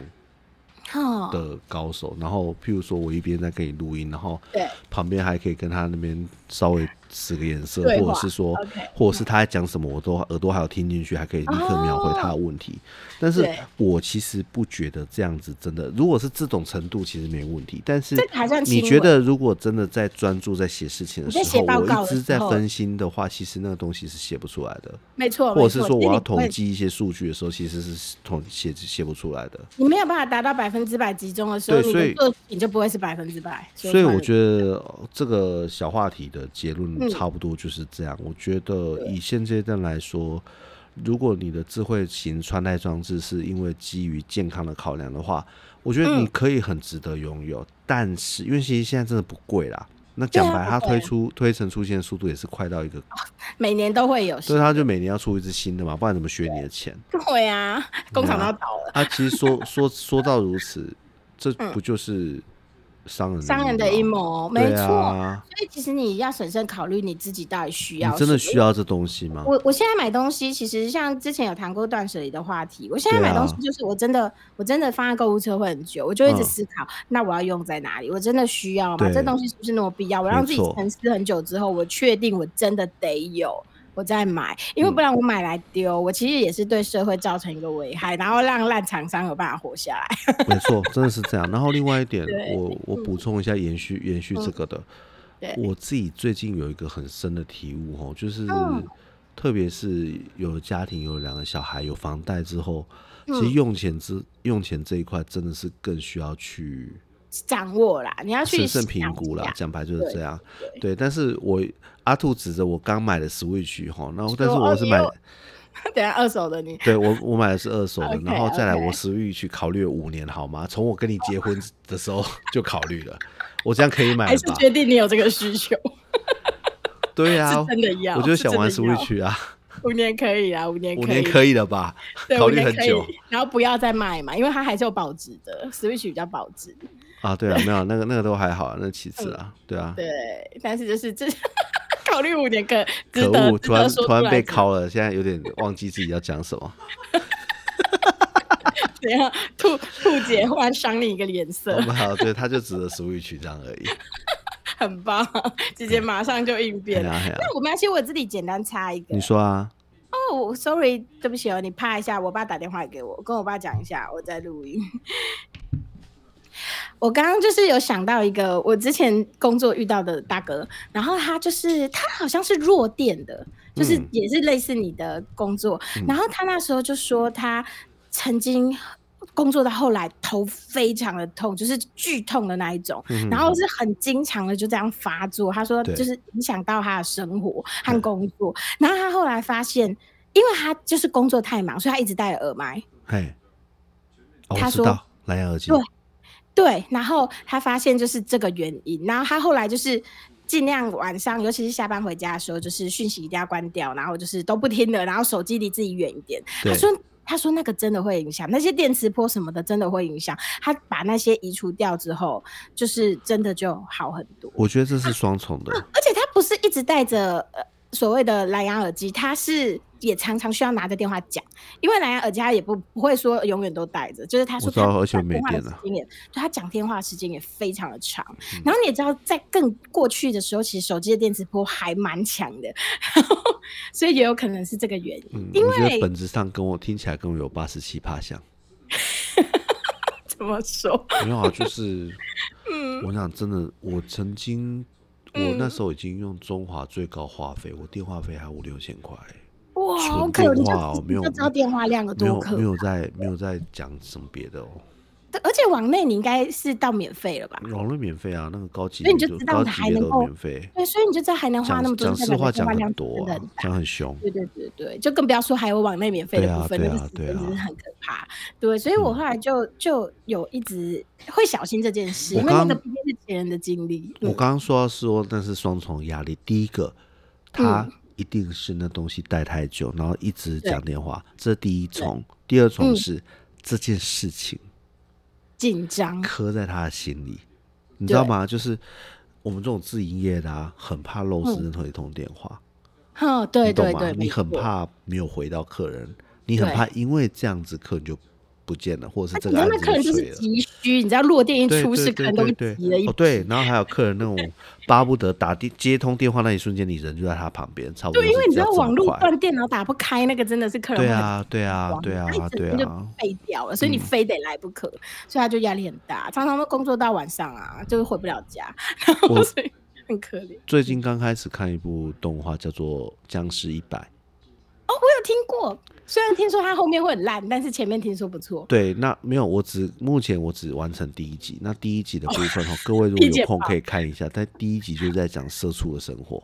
S2: 哦，
S1: 的高手。然后譬如说我一边在跟你录音，然后
S2: 对
S1: 旁边还可以跟他那边稍微使个眼色，
S2: 对
S1: 或者
S2: 话
S1: 是说
S2: OK，
S1: 或者是他在讲什么，我都耳朵还有听进去，还可以立刻秒回他的问题。但是
S2: 对
S1: 我其实不觉得这样子真的，如果是这种程度，其实没问题。但是
S2: 这个还算
S1: 你
S2: 轻
S1: 觉
S2: 微
S1: 得，如果真的在专注在写事情的
S2: 你
S1: 时候，
S2: 在写报
S1: 我
S2: 告
S1: 一
S2: 的
S1: 直
S2: 时
S1: 在
S2: 候
S1: 分心的话，其实那个东西是写不出来的。
S2: 没错，
S1: 或
S2: 哦
S1: 者
S2: 没
S1: 是
S2: 错
S1: 说
S2: 其实
S1: 我要
S2: 你不会
S1: 统计一些数据的时候，其实是统写写不出来的。
S2: 你没有办法达到百分之百集中的时候，
S1: 对
S2: 你
S1: 所
S2: 的
S1: 以
S2: 作品就不会是百分之百。
S1: 所以我
S2: 得
S1: 觉得呃这个小话题的结
S2: 嗯
S1: 论差不多就是这样。我觉得以现阶段来说，如果你的智慧型穿戴装置是因为基于健康的考量的话，我觉得
S2: 嗯
S1: 你可以很值得拥有。但是因为其实现在真的不贵啦，那
S2: 对啊哦
S1: 讲白，它
S2: 不贵
S1: 推出推陈出新的速度也是快到一个，
S2: 每年都会有新
S1: 所以它就每年要出一只新的嘛，不然怎么学你的钱？
S2: 对啊，工厂都要倒了，
S1: 啊，其实说说说到如此，这
S2: [laughs]
S1: 不就是商人
S2: 商嗯人的阴
S1: 吗？
S2: 谋，没
S1: 嗯对
S2: 错。
S1: 啊，
S2: 所以其实你要审慎考虑你自己到底需
S1: 你
S2: 要，
S1: 真的需。要这东西吗？
S2: 我我现在买东西，其实像之前有谈过断舍离的话题，我现在
S1: 对
S2: 买
S1: 啊
S2: 东西就是我真的、我真的放在购物车会很久，我就一直
S1: 嗯
S2: 思考，那我要用在哪里？我真的需要吗？
S1: 对
S2: 这东西是不是那么必要？我让自己
S1: 没错
S2: 沉思很久之后，我确定我真的得有。我再买，因为
S1: 嗯
S2: 不然我买来丢，我其实也是对社会造成一个危害，然后让烂厂商有办法活下来。 [laughs]
S1: 没错，真的是这样。然后另外一点
S2: 对，嗯
S1: 我我补充一下，延续延续这个的
S2: 对，
S1: 我自己最近有一个很深的体悟哦，就是
S2: 嗯
S1: 特别是有了家庭，有了两个小孩，有房贷之后，其实
S2: 嗯
S1: 用钱之用钱这一块真的是更需要去
S2: 掌握啦，你要去
S1: 审慎评
S2: 想
S1: 估
S2: 一
S1: 啦
S2: 下，
S1: 讲白就是
S2: 对
S1: 这样。对，但是我阿兔指着我刚买的 Switch 哈，然后但是
S2: 说
S1: 我
S2: 哦
S1: 是
S2: 你
S1: 买，
S2: 又等一啊下二手的你，
S1: 对我我买的是二手的，然后再来
S2: OK，OK
S1: 我 Switch 考虑了五年好吗？从我跟你结婚的时候 [laughs] 就考虑了，我这样可以买
S2: 还
S1: 了
S2: 是
S1: 吧？
S2: 决定你有这个需求，
S1: 对啊
S2: 是，真的要
S1: 我就是想
S2: 真
S1: 玩
S2: 的要
S1: Switch 啊，
S2: 五年可以啊，五年
S1: 五
S2: 可
S1: 年
S2: 以，
S1: 可以了吧？
S2: 对，
S1: 考
S2: 五
S1: 虑
S2: 年
S1: 很
S2: 可以
S1: 久，
S2: 然后不要再卖嘛，因为它还是有保值的，Switch 比较保值，
S1: 啊，对啊，没有那个那个都还好，那其次啊，对啊。
S2: 嗯对，但是就是这 [laughs] 考虑五年可值
S1: 可
S2: 得，
S1: 恶！
S2: 值
S1: 突然
S2: 得说
S1: 突
S2: 出
S1: 然
S2: 来
S1: 被
S2: 值
S1: 敲了，现在有点忘记自己要讲什
S2: [laughs]
S1: 么。
S2: 得， [laughs] 怎样？兔兔啊姐忽然赏你一个脸色
S1: 我，们好，对，他就指着 Switch 这样而
S2: [laughs]
S1: 已。
S2: 很棒，姐姐马上就应
S1: 哎
S2: 变了。
S1: 呀哎呀，
S2: 那我们其实我自己简单插一个
S1: 你，说啊，
S2: 哦，我 sorry，对不起哦，你趴一下，我爸打电话给我，跟我爸讲一下，我在录音。我刚刚就是有想到一个我之前工作遇到的大哥，然后他就是他好像是弱电的，就是
S1: 嗯
S2: 也是类似你的工作，
S1: 嗯
S2: 然后他那时候就说他曾经。工作到后来头非常的痛，就是剧痛的那一种，
S1: 嗯
S2: 然后是很经常的就这样发作。他说
S1: 对
S2: 就是影响到他的生活和
S1: 嗯
S2: 工作，然后他后来发现，因为他就是工作太忙，所以他一直戴耳麦。
S1: 嘿，哦、
S2: 他
S1: 我知
S2: 说
S1: 道蓝牙耳机，
S2: 对对，然后他发现就是这个原因，然后他后来就是尽量晚上，尤其是下班回家的时候，就是讯息一定要关掉，然后就是都不听了，然后手机离自己远一点。
S1: 对
S2: 他说。他说那个真的会影响，那些电磁波什么的真的会影响。他把那些移除掉之后，就是真的就好很多。
S1: 我觉得这是双重
S2: [laughs]
S1: 的，
S2: 而且他不是一直戴着呃所谓的蓝牙耳机，他是也常常需要拿着电话讲，因为蓝牙耳机他也不不会说永远都戴着，就是他说
S1: 我知道
S2: 他
S1: 而且
S2: 讲
S1: 没
S2: 电话的
S1: 电啊嗯了
S2: 时间也，就他讲电话的时间也非常的长。然后你也知道，在更过去的时候，其实手机的电磁波还蛮强的， [laughs] 所以也有可能是这个原因。
S1: 嗯，
S2: 因
S1: 我觉得
S2: 为
S1: 本质上跟我听起来跟我有八十七趴像，
S2: 怎么说？
S1: 没有啊，
S2: [laughs]
S1: 就是，
S2: 嗯
S1: 我想真的，我曾经，我那时候已经用中华最高话费，我电话费还五六千块，
S2: 哇，好
S1: 纯
S2: 可
S1: 电
S2: 你就
S1: 话哦，没有
S2: 你就知道电话量有
S1: 没
S2: 多啊
S1: 有
S2: 可
S1: 没有在没有在讲什么别的哦，
S2: 对而且网内你应该是到免费了吧？
S1: 网络免费啊，那个高级
S2: 所以你
S1: 别
S2: 就
S1: 都
S2: 知道
S1: 高
S2: 你
S1: 级
S2: 还
S1: 别
S2: 能
S1: 都
S2: 够
S1: 免费，
S2: 对，所以你就知道还能花那么
S1: 讲讲
S2: 多，就代
S1: 实
S2: 表
S1: 话
S2: 电
S1: 讲
S2: 话量
S1: 很多
S2: 真的
S1: 啊
S2: 很，大。
S1: 讲很
S2: [laughs]
S1: 凶，
S2: 对对对对，就更不要说还有往内免费
S1: 对
S2: 的
S1: 啊
S2: 部分，
S1: 对
S2: 那
S1: 啊
S2: 个
S1: 对
S2: 真的
S1: 啊嗯
S2: 是很可怕。对，所以我后来就就有一直会小心这件事，
S1: 我
S2: 因为那
S1: 刚
S2: 个毕竟是前人的经历。
S1: 我
S2: 嗯
S1: 刚刚说到说那是双重压力，第一个，
S2: 嗯
S1: 他一定是那东西戴太久，然后一直
S2: 对
S1: 讲电话，这是第一重；第二重
S2: 嗯
S1: 是、这件事情
S2: 紧张，
S1: 刻在他的心里，你知道
S2: 对
S1: 吗？就是我们这种自营业的啊，很怕漏失
S2: 嗯
S1: 任何一通电话，
S2: 哼，对
S1: 你懂
S2: 对
S1: 吗？
S2: 对，
S1: 你
S2: 没
S1: 很
S2: 错，啊
S1: 怕没有回到客人，你很
S2: 对
S1: 怕因为这样子客人就不见了，或者是
S2: 而
S1: 这
S2: 且你
S1: 个
S2: 知道
S1: 案
S2: 那
S1: 子
S2: 客人
S1: 就
S2: 就
S1: 碎
S2: 是
S1: 了。
S2: 急需，你知道落电一
S1: 对
S2: 出
S1: 对
S2: 事，客
S1: 对
S2: 人都会
S1: 对对
S2: 急了一
S1: 哦对，然后还有客人那种巴不得打电接通电话那一瞬间，你人就在他旁边，差不多
S2: 对，
S1: 是
S2: 因为你知
S1: 要
S2: 道
S1: 这么
S2: 网络
S1: 快
S2: 断电，然后打不开，那个真的是客人
S1: 对
S2: 会很
S1: 啊对啊对
S2: 他
S1: 啊
S2: 一
S1: 对
S2: 整天就
S1: 啊，
S2: 废掉了，所以你非得来不可，所以他就压力很大，常常都工作到晚上啊，就是回不了家，然后
S1: 我
S2: 所以很可怜。
S1: 最近刚开始看一部动画叫做《僵尸一百》，
S2: 哦，我有听过，虽然听说它后面会很烂，但是前面听说不错。
S1: 对，那没有，我只目前我只完成第一集，那第一集的部分哦，各位如果
S2: 理解
S1: 有空
S2: 吧
S1: 可以看一下，但第一集就是在讲社畜的生活，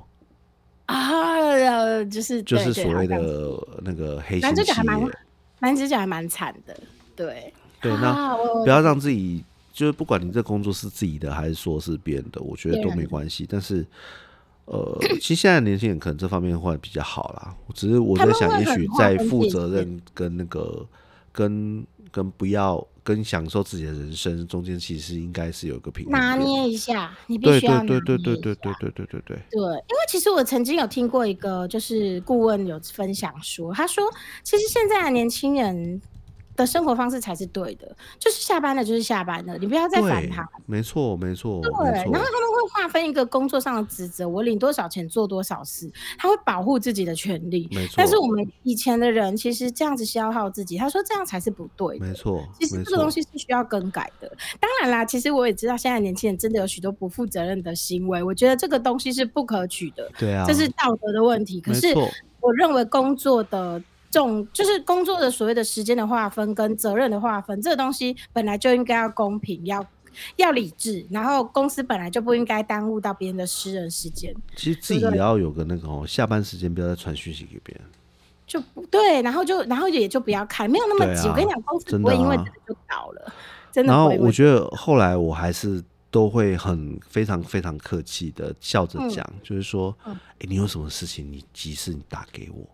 S2: 啊，呃就是
S1: 就
S2: 对
S1: 是
S2: 对
S1: 所
S2: 好
S1: 谓
S2: 像
S1: 的那个黑心
S2: 男主角
S1: 企
S2: 还蛮
S1: 业，
S2: 男主角还蛮惨的，对
S1: 对，那
S2: 啊，我
S1: 不要让自己，就是不管你这工作是自己的还是说是别人的，我觉得
S2: 别
S1: 都
S2: 人
S1: 没
S2: 的
S1: 关系。但是，呃，其实现在年轻人可能这方面会比较好啦。我只是我
S2: 他
S1: 在
S2: 们
S1: 想，
S2: 会
S1: 也
S2: 很
S1: 许
S2: 划
S1: 在
S2: 分
S1: 负
S2: 界
S1: 责
S2: 限
S1: 任跟那个跟跟不要跟享受自己的人生中间，其实应该是有一个平
S2: 拿
S1: 衡点。
S2: 捏一下，你必
S1: 对
S2: 须要拿捏
S1: 对对对
S2: 一
S1: 对
S2: 下
S1: 对对对对对，
S2: 对，因为其实我曾经有听过一个，就是顾问有分享说，他说其实现在的年轻人的生活方式才是对的，就是下班了就是下班了，你不要再反
S1: 对
S2: 弹。，
S1: 没错没错
S2: 对，
S1: 没
S2: 然后他
S1: 错，
S2: 们会划分一个工作上的职责，我领多少钱做多少事，他会保护自己的权利。
S1: 没错，
S2: 但是我们以前的人其实这样子消耗自己，他说这样才是不对的。
S1: 没错，
S2: 其实
S1: 没
S2: 这个东
S1: 错
S2: 西是需要更改的。当然啦，其实我也知道现在年轻人真的有许多不负责任的行为，我觉得这个东西是不可取的，
S1: 对啊，
S2: 这是道德的问题。可
S1: 没
S2: 是
S1: 错
S2: 我认为工作的重，就是工作的所谓的时间的划分跟责任的划分，这个东西本来就应该要公平，要。要理智，然后公司本来就不应该耽误到别人的私人时间，
S1: 其实自己也要有个那个哦，下班时间不要再传讯息给别人。
S2: 就不对，然后就然后也就不要看，没有那么
S1: 对
S2: 急。我跟你
S1: 啊
S2: 讲，公司
S1: 真
S2: 不会
S1: 的
S2: 因为
S1: 啊
S2: 这个就倒了，真的
S1: 然
S2: 不
S1: 后
S2: 会因为这个。
S1: 我觉得后来我还是都会很非常非常客气的笑着讲，就是说，哎、
S2: 嗯
S1: 你有什么事情你急事你打给我，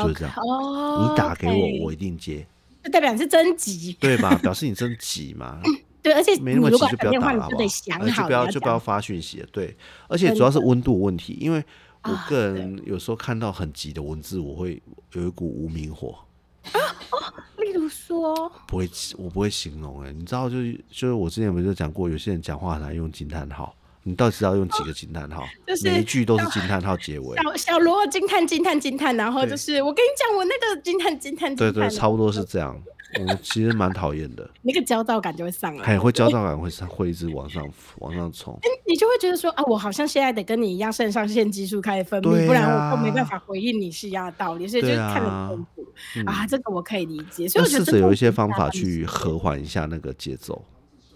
S1: 就是这样
S2: OK，哦，
S1: 你打给我
S2: OK
S1: 我一定接，
S2: 就代表你是真急，
S1: 对吧？表示你真急
S2: [laughs]
S1: 嘛，
S2: 对，而且
S1: 没
S2: 你
S1: 那么
S2: 如
S1: 急
S2: 果
S1: 就不
S2: 打
S1: 要
S2: 电
S1: 打
S2: 话，
S1: 了，好
S2: 你就
S1: 不
S2: 得
S1: 好？
S2: 想
S1: 哎就
S2: 好
S1: 不
S2: 你
S1: 要
S2: 要
S1: 就不
S2: 讲
S1: 要发讯息了，对。而且
S2: 真
S1: 主要是
S2: 的
S1: 温度问题，因为我
S2: 啊
S1: 个人有时候看到很急的文字，我会有一股无名火。
S2: 例如说，
S1: 不会，我不会形容哎、你知道就是就是我之前不是讲过，有些人讲话很爱用惊叹号，你到底是要用几个惊叹号？
S2: 就是
S1: 每一句都是惊叹号结尾。
S2: 小小罗惊叹惊叹惊叹，然后
S1: 对
S2: 就是我跟你讲，我那个惊叹惊叹
S1: 对
S2: 惊
S1: 对，
S2: 叹，
S1: 差不多是这样。我其实蛮讨厌的，
S2: [laughs] 那个焦躁感就会上来
S1: 还，会焦躁感会上会一直往上往上冲。
S2: [laughs] 你就会觉得说啊，我好像现在得跟你一样，肾上腺激素开始分
S1: 对
S2: 泌，不然我
S1: 啊
S2: 都没办法回应你是一样的道理，所以就
S1: 对
S2: 看
S1: 啊
S2: 得很痛苦
S1: 嗯，
S2: 啊，这个我可以理解，所
S1: 要
S2: 以我觉
S1: 试
S2: 得这
S1: 着有
S2: 都
S1: 一些
S2: 是
S1: 方
S2: 大
S1: 法
S2: 方
S1: 去
S2: 向
S1: 和缓一下那个节奏。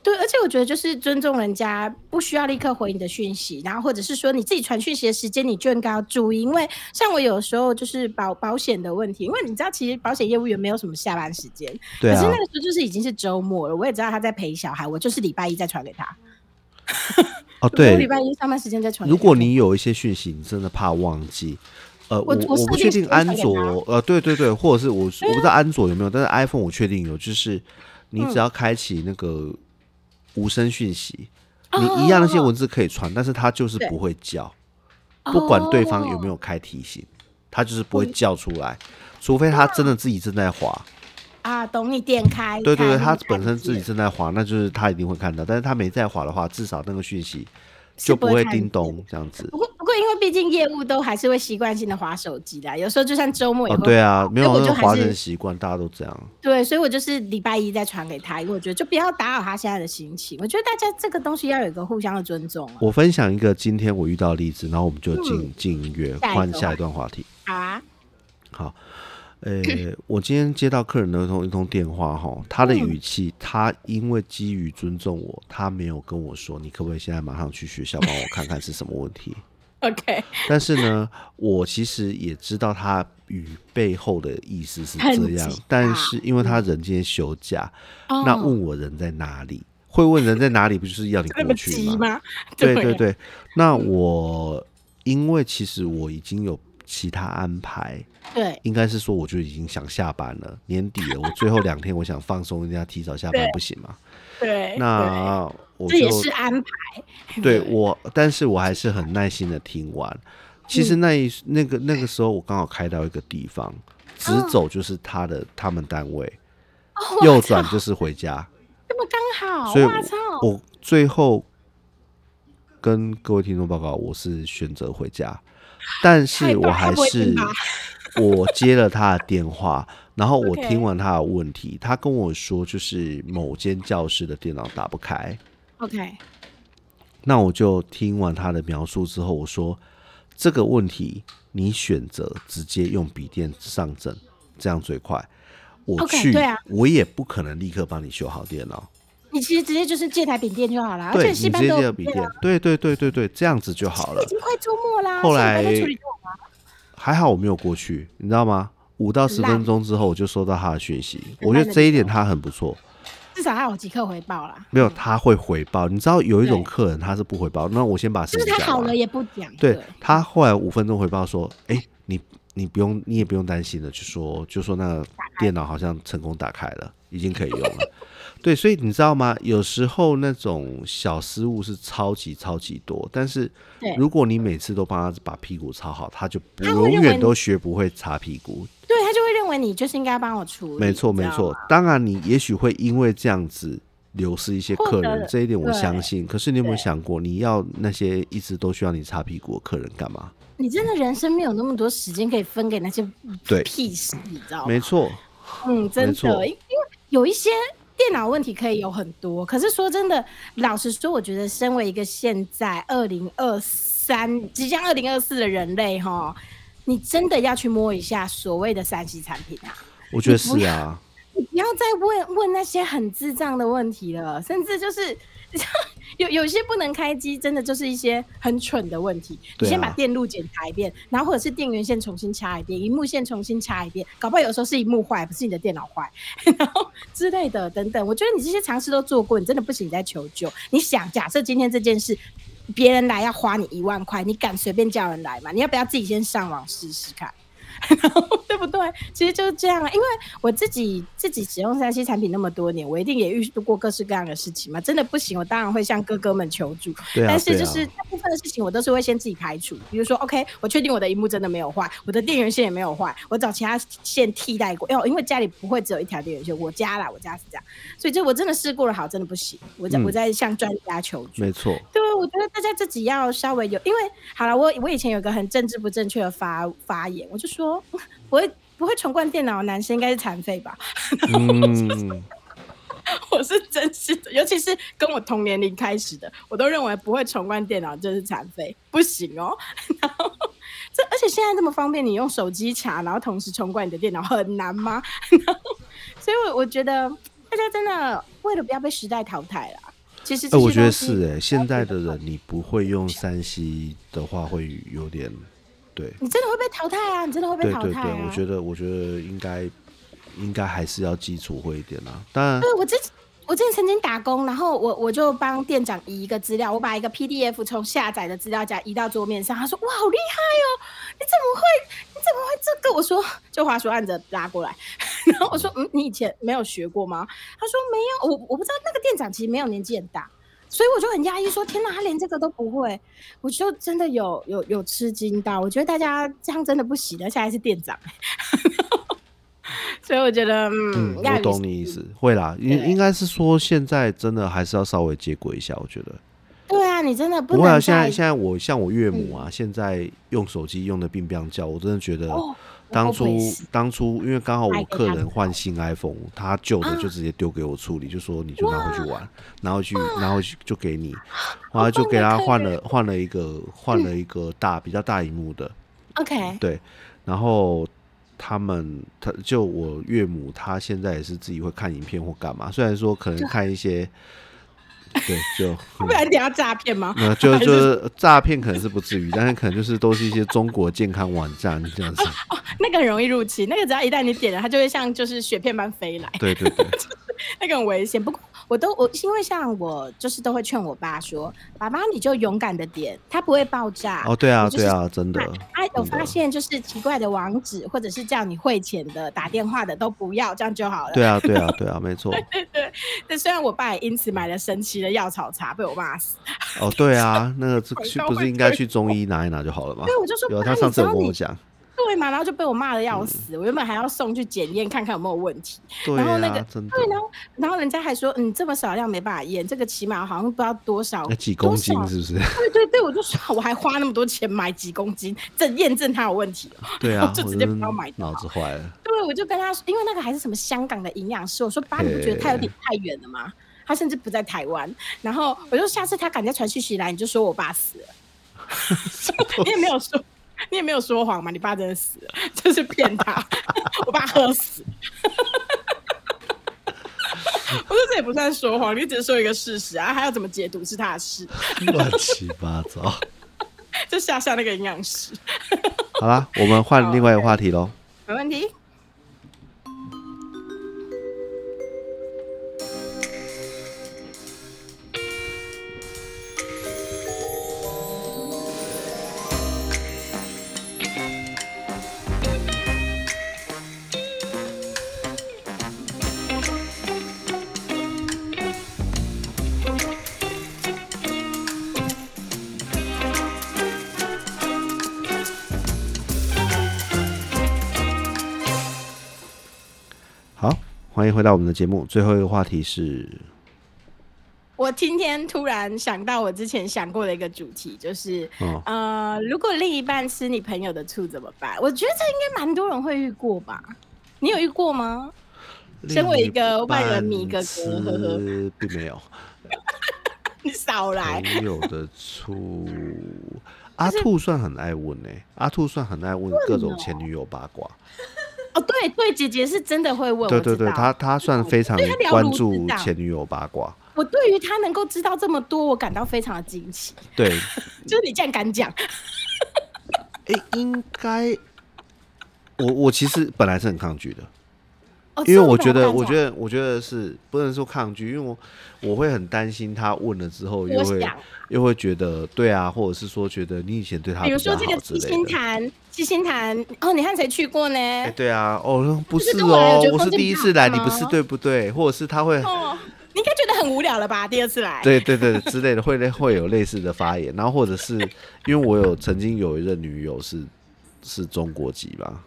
S2: 对，而且我觉得就是尊重人家，不需要立刻回你的讯息，然后或者是说你自己传讯息的时间，你就应该要注意，因为像我有时候就是保保险的问题，因为你知道其实保险业务员没有什么下班时间，
S1: 对
S2: 可
S1: 啊
S2: 是那，个时候就是已经是周末了，我也知道他在陪小孩，我就是礼拜一再传给他，
S1: 哦，
S2: 我
S1: 对
S2: 礼，拜一上班时间在床。
S1: 如果你有一些讯息，你真的怕忘记。呃，
S2: 我
S1: 我
S2: 我
S1: 不
S2: 设
S1: 确
S2: 定
S1: 定
S2: 时间
S1: 安
S2: 才给
S1: 卓
S2: 他，啊
S1: 呃，对对对，或者是我我不知道安卓有没有，但是 iPhone 我确定有，就是你
S2: 嗯
S1: 只要开启那个无声讯息，你一样那些
S2: 哦
S1: 文字可以传，但是它就是
S2: 对哦
S1: 不会叫，不管对方有没有开提醒，它就是不会叫出来，除非他真的自己正在滑。
S2: 啊，懂你点开，
S1: 对对对，
S2: 看
S1: 他
S2: 你看
S1: 本身自己
S2: 见
S1: 正在滑，那就是他一定会看到。但是他没在滑的话，至少那个讯息
S2: 是
S1: 就
S2: 不
S1: 不
S2: 会
S1: 会
S2: 看
S1: 叮
S2: 见
S1: 咚这样子
S2: 不。过不过，因为毕竟业务都还是会习惯性的划手机的，有时候就算周末也
S1: 哦，
S2: 会、
S1: 对啊，没有
S2: 我
S1: 那
S2: 就
S1: 个
S2: 还
S1: 滑
S2: 是
S1: 人习惯，大家都这样。
S2: 对，所以我就是礼拜一再传给他，因为我觉得就不要打扰他现在的心情。我觉得大家这个东西要有一个互相的尊重啊。
S1: 我分享一个今天我遇到的例子，然后我们就进、进音乐，
S2: 嗯下一
S1: 换
S2: 个
S1: 下
S2: 话
S1: 一段话题。
S2: 好啊， [laughs]
S1: 好，呃，我今天接到客人的一通一通电话哈，他
S2: 嗯
S1: 的语气，他因为基于尊重我，他没有跟我说你可不可以现在马上去学校帮我看看是什么问题。
S2: OK，
S1: 但是呢，我其实也知道他语背后的意思是
S2: 很
S1: 这样
S2: 急，
S1: 但
S2: 啊
S1: 是因为他人今天休假，
S2: 哦
S1: 那问我人在哪里，会问人在哪里，不就是
S2: [laughs]
S1: 要你
S2: 那么
S1: 过去
S2: 急
S1: 吗？
S2: 吗？
S1: [laughs]
S2: [laughs]
S1: 对对
S2: 对，
S1: 对，那我因为其实我已经有其他安排，
S2: 对
S1: 应该是说我就已经想下班了，年底了，我最后两天我想放松一下，提早下班
S2: 对哎
S1: 不行吗？
S2: 对
S1: 那我
S2: 这
S1: 就
S2: 也是安排。 [laughs]
S1: 对我，但是我还是很耐心的听完。
S2: 嗯
S1: 其实那一那个那个时候，我刚好开到一个地方，直
S2: 嗯
S1: 走就是他的他们单位，右转就是回家，
S2: 哦这么刚好，
S1: 所以
S2: 哇操！
S1: 我我最后跟各位听众报告，我是选择回家，但
S2: 太
S1: 是
S2: 棒
S1: 我
S2: 了他
S1: 还
S2: 不会
S1: 是
S2: 听吧
S1: [laughs] 我接了他的电话，然后我
S2: OK
S1: 听完他的问题，他跟我说就是某间教室的电脑打不开，
S2: OK，
S1: 那我就听完他的描述之后，我说这个问题你选择直接用笔电上阵，这样最快。我
S2: OK，
S1: 去
S2: 对啊
S1: 我也不可能立刻帮你修好电脑，
S2: 你其实直接就是借台笔电就好了，而
S1: 对
S2: 且
S1: 你
S2: 西
S1: 直
S2: 班
S1: 接
S2: 都啊
S1: 立
S2: 有
S1: 刻笔电，对对对对对，这样子就
S2: [laughs]
S1: 好了
S2: 已。经快周末啦，
S1: 后
S2: 下礼拜再
S1: 来
S2: 处理就好了
S1: 还好我没有过去，你知道吗？五到十
S2: 烂
S1: 分钟之后我就收到他的讯息，
S2: 很
S1: 我觉
S2: 烂
S1: 得
S2: 的
S1: 这一点他很不错。
S2: 至少还有即刻回报啦。
S1: 没有，他会回报。你知道有一种
S2: 对
S1: 客人他是不回报，那我先把事
S2: 就是
S1: 情
S2: 他
S1: 讲
S2: 好
S1: 完
S2: 了。也不讲，
S1: 啊对他后来五分钟回报说：“哎、你你不用，你也不用担心了，就说就说那个电脑好像成功打开了，已经可以用了。” [laughs] 对，所以你知道吗？有时候那种小失误是超级超级多，但是
S2: 对
S1: 如果你每次都帮他把屁股擦好，他就不
S2: 他会
S1: 永
S2: 认为
S1: 远
S2: 你
S1: 都学不会擦屁股。
S2: 对他就会认为你就是应该帮我处理，
S1: 没错，
S2: 你知
S1: 没
S2: 道
S1: 错
S2: 吗。。
S1: 当然，你也许会因为这样子流失一些
S2: 获
S1: 客
S2: 得
S1: 人
S2: 了，
S1: 这一点我
S2: 对
S1: 相信。可是你有没有
S2: 对
S1: 想过，你要那些一直都需要你擦屁股的客人干嘛？
S2: 你真的人生没有那么多时间可以分给那些
S1: 对
S2: 屁事，你知道吗
S1: 没？
S2: [laughs]
S1: 错，
S2: 嗯，真
S1: 错
S2: 的，因因为有一些电脑问题可以有很多，可是说真的，老实说，我觉得身为一个现在二零二三即将二零二四的人类哈，你真的要去摸一下所谓的三 C 产品啊。
S1: 我觉得
S2: 不
S1: 是啊。
S2: 你不要再问问那些很智障的问题了，甚至就是 [laughs] 有有些不能开机，真的就是一些很蠢的问题。
S1: 对
S2: 你
S1: 啊
S2: 先把电路检查一遍，然后或者是电源线重新插一遍，荧幕线重新插一遍，搞不好有时候是荧幕坏，不是你的电脑坏， [laughs] 然后之类的等等。我觉得你这些尝试都做过，你真的不行，你再求救。你想，假设今天这件事。别人来要花你一万块，你敢随便叫人来吗？你要不要自己先上网试试看？然后对不对？其实就是这样啊，因为我自己自己使用三 C 产品那么多年，我一定也遇过各式各样的事情嘛。真的不行，我当然会向哥哥们求助。
S1: 对啊
S2: 但是
S1: 对
S2: 就
S1: 啊
S2: 是大部分的事情，我都是会先自己排除。比如说，OK，我确定我的荧幕真的没有坏，我的电源线也没有坏，我找其他线替代过。哦，因为家里不会只有一条电源线，我家啦，我家是这样。所以这我真的试过了，好，真的不行，我在、
S1: 嗯
S2: 我在向专家求助。
S1: 没
S2: [laughs]
S1: 错，
S2: 对，我觉得大家自己要稍微有，因为好了，我我以前有一个很政治不正确的发发言，我就说不会不会重灌电脑的男生应该是残废吧， [laughs]
S1: 嗯，
S2: 我是真心的，尤其是跟我同年龄开始的，我都认为不会重灌电脑就是残废，不行哦。 [laughs] 然后这而且现在这么方便，你用手机查，然后同时重灌你的电脑很难吗？ [laughs] 然后所以我，我觉得大家真的为了不要被时代淘汰啦，其实
S1: 哎，
S2: 这
S1: 我
S2: 些
S1: 觉得
S2: 东西
S1: 是哎、现在的人你不会用山西的话，会有点对，
S2: 你真的会被淘汰啊！你真的会被
S1: 对
S2: 淘
S1: 对
S2: 汰啊！
S1: 对，我觉得我觉得应该应该还是要基础会一点啦。当然，
S2: 对我之前我之前曾经打工，然后我我就帮店长移一个资料，我把一个 PDF 从下载的资料夹移到桌面上，他说：“哇，好厉害哦，你怎么会你怎么会这个？”我说：“就滑鼠按着拉过来。” [laughs] 然后我说：“嗯，你以前没有学过吗？”他说：“没有，我我不知道那个店长其实没有年纪很大。”所以我就很压抑，说天哪，他连这个都不会，我就真的有有有吃惊到。我觉得大家这样真的不行的，而且还是店长、欸 [laughs] 所以我觉得，嗯，
S1: 嗯，
S2: 亚
S1: 我
S2: 于
S1: 懂你意思，会啦，应
S2: 对
S1: 应该是说现在真的还是要稍微接轨一下，我觉得。
S2: 对啊，你真的不
S1: 会啊，
S2: 能
S1: 现在
S2: 再嗯
S1: 现在我像我岳母啊，现在用手机用的病病叫，我真的觉得
S2: 哦
S1: 当
S2: 我
S1: 初、
S2: 也是
S1: 当初因为刚好
S2: 买
S1: 我
S2: 给
S1: 客
S2: 他
S1: 人
S2: 们哦
S1: 换新 iPhone，他旧的
S2: 啊
S1: 就直接丢给我处理，就说你就拿回去玩，拿回去拿回去就给你，然后就
S2: 棒
S1: 给
S2: 的
S1: 他
S2: 客嗯
S1: 换了换了一个换了一个大、比较大荧幕的，
S2: OK，
S1: 对，然后他们他就我岳母，她现在也是自己会看影片或干嘛，虽然说可能看一
S2: [laughs]
S1: 些，对，就
S2: 不然等下诈骗吗？
S1: 那呃就就是诈骗可能是不至于，但是可能就是都是一些中国健康网站这样子，
S2: 哦那个很容易入侵，那个只要一旦你点了，它就会像就是雪片般飞来，
S1: 对对
S2: [laughs]
S1: 对，
S2: 那个很危险。不过我都我因为像我就是都会劝我爸说，爸爸你就勇敢的点，它不会爆炸。
S1: 哦对啊
S2: 我就是
S1: 对啊，真的，
S2: 他有
S1: 真的啊
S2: 发现就是奇怪的网址，或者是叫你汇钱的、打电话的都不要，这样就好了。
S1: 对啊对啊对啊，没
S2: [laughs]
S1: 错，
S2: 但虽然我爸也因此买了神奇的药草茶，被我骂死。
S1: 哦对啊，那个这
S2: 好
S1: 去
S2: 像
S1: 不是
S2: 会
S1: 应该
S2: 退
S1: 去中医拿一拿就好了吗
S2: 所以？哎我就说，
S1: 有啊，
S2: 爸，
S1: 他上
S2: 你
S1: 次
S2: 知
S1: 有
S2: 道
S1: 跟我嗯
S2: 你
S1: 讲，
S2: 对嘛？然后就被我骂的要死。我原本还要送去检验看看有没有问题，
S1: 对
S2: 然后那
S1: 啊
S2: 个，
S1: 真的，
S2: 对，然后然后人家还说，嗯，这么少量没办法验，这个起码好像不知道多少
S1: 那几公斤
S2: 多少
S1: 是不
S2: [laughs]
S1: 是？
S2: 对对对，我就说我 [laughs] 还花那么多钱买几公斤，证验证它有问题哦。
S1: 对啊，
S2: 就
S1: 我
S2: 直接
S1: 真
S2: 不要买
S1: 脑子坏
S2: [laughs]
S1: 了，
S2: 对，我就跟他说，因为那个还是什么香港的营养师，我说爸，你不觉得他有点太远了吗？他甚至不在台湾，然后我就下次他敢再传讯息来，你就说我爸死了， [laughs] 你也没有说，你也没有说谎嘛，你爸真的死了，就是骗他， [laughs] 我爸喝死。 [laughs] 我说这也不算说谎，你只是说一个事实啊，还要怎么解读是他的事， [laughs]
S1: 乱七八糟。
S2: 就吓吓那个营养师， [laughs]
S1: 好啦，我们换另外一个话题喽。
S2: 没问题。
S1: 好，欢迎回到我们的节目。最后一个话题是，
S2: 我今天突然想到我之前想过的一个主题，就是、
S1: 嗯
S2: 呃，如果另一半吃你朋友的醋怎么办？我觉得这应该蛮多人会遇过吧？你有遇过吗？身为一个外人迷哥哥呵
S1: 另
S2: 呵
S1: 一半吃并没有。
S2: 你少来，
S1: 朋友的
S2: [laughs]
S1: 醋，阿兔算很爱问呢、阿兔算很爱问各种前女友八卦。
S2: 哦，对对，姐姐是真的会问，
S1: 对
S2: 我
S1: 对
S2: 知
S1: 对，
S2: 道
S1: 他他算非常
S2: 对他了如
S1: 关
S2: 指
S1: 注
S2: 掌
S1: 前女友八卦。
S2: 我对于她能够知道这么多，我感到非常的惊奇。 [laughs]
S1: 对，
S2: 就是你竟然敢讲，
S1: 哎、应该。我我其实本来是很抗拒的，
S2: 哦、
S1: 因为
S2: 是
S1: 我觉得，
S2: 本来不
S1: 我
S2: 敢
S1: 觉得，我觉得是不能说抗拒，因为我我会很担心他问了之后，又
S2: 我
S1: 会
S2: 想
S1: 又会觉得对啊，或者是说觉得你以前对他
S2: 讲比
S1: 比
S2: 如说
S1: 较
S2: 这个
S1: 好之
S2: 七
S1: 类
S2: 星
S1: 的。
S2: 潭，七星潭，哦，你和谁去过呢？
S1: 哎、对啊，哦，不
S2: 就是
S1: 是
S2: 跟我来
S1: 哦
S2: 我觉，得
S1: 我是
S2: 风景
S1: 第一
S2: 比
S1: 次
S2: 较
S1: 来，
S2: 好
S1: 你不是
S2: 啊
S1: 对不对？或者是他会，
S2: 哦，你应该觉得很无聊了吧？第二次来，
S1: 对对对之类的，会类会有类似的发言，然后或者是因为我有曾经有一任女友是是中国籍吧，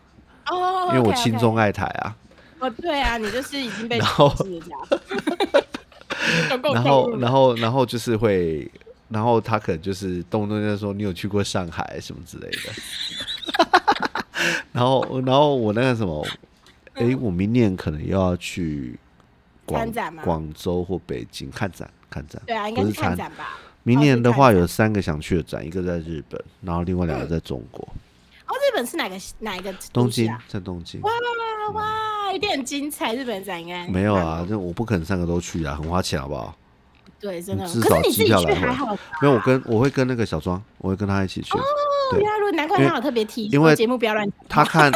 S2: 哦，
S1: 因为我
S2: OK，OK
S1: 亲中爱台啊，
S2: 哦，对啊，你就是已经被
S1: 然后
S2: 统治了这样，有够
S1: 然
S2: 恐
S1: 后
S2: 怖
S1: 然后然后就是会，然后他可能就是动不动就说你有去过上海什么之类的，
S2: [laughs]
S1: 然后然后我那个什么，哎、我明年可能又要去广
S2: 看嗯展吗
S1: 广州或北京看展看展，
S2: [laughs] 对啊，应
S1: 不
S2: 该
S1: 是
S2: 是看
S1: 参
S2: 展吧？
S1: 明
S2: 哦
S1: 年
S2: 是
S1: 的
S2: 看
S1: 话
S2: 展
S1: 有三个想去的展，一个在日本，然后另外两个在中国，
S2: 哦，日本是哪个哪一个
S1: 东
S2: 都市
S1: 京
S2: 啊？
S1: 在东京。
S2: 哇哇，一定很精彩，日本展应该
S1: 没有啊，，这我不可能三个都去啊，很花钱好不好？
S2: 对，真的。
S1: 至
S2: 可
S1: 少
S2: 是你
S1: 机
S2: 自己
S1: 票来
S2: 去
S1: 回
S2: 还好吧？
S1: 没有，我跟我会跟那个小庄，我会跟他一起去，
S2: 哦，
S1: 对
S2: 原来如果难怪
S1: 因为
S2: 他有特别提，
S1: 因为
S2: 节目不要乱讲，
S1: 他看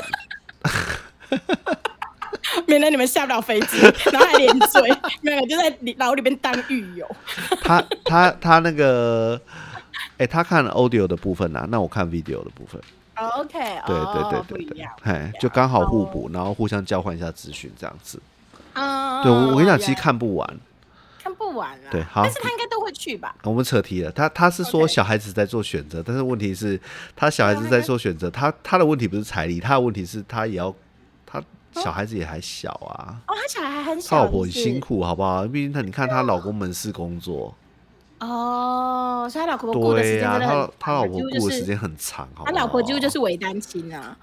S2: 免得你们下不了飞机，然后还连追， [laughs] 没有就在里牢里边当狱友。
S1: 他他他那个，哎、他看了 audio 的部分啊，那我看 video 的部分，
S2: 哦 OK，
S1: 对
S2: 哦
S1: 对
S2: 不
S1: 对
S2: 一
S1: 对对
S2: 样，，哦
S1: 哎，就刚好互补，然后互相交换一下资讯这样子。
S2: 嗯，
S1: 对，我我跟你讲，
S2: 嗯
S1: 其实看不完。
S2: 看不完啊。
S1: 对好
S2: 但是他应该都会去吧？
S1: 我们扯题了，他他是说
S2: OK
S1: 小孩子在做选择，但是问题是，他小孩子在做选择，他他的问题不是彩礼，他的问题是他也要，他小孩子也还小啊，
S2: 哦，他哦小孩很
S1: 他
S2: 小，
S1: 老婆很
S2: 是不是
S1: 辛苦，好不好？毕竟他你看她老公门市工作，
S2: 哦，所以他老婆顾的时
S1: 对
S2: 间
S1: 呀、
S2: 真的很
S1: 他
S2: 长
S1: 他老婆
S2: 几乎就
S1: 顾的
S2: 是
S1: 时间很长，好不好？啊
S2: 他老婆几乎就是伪单亲啊。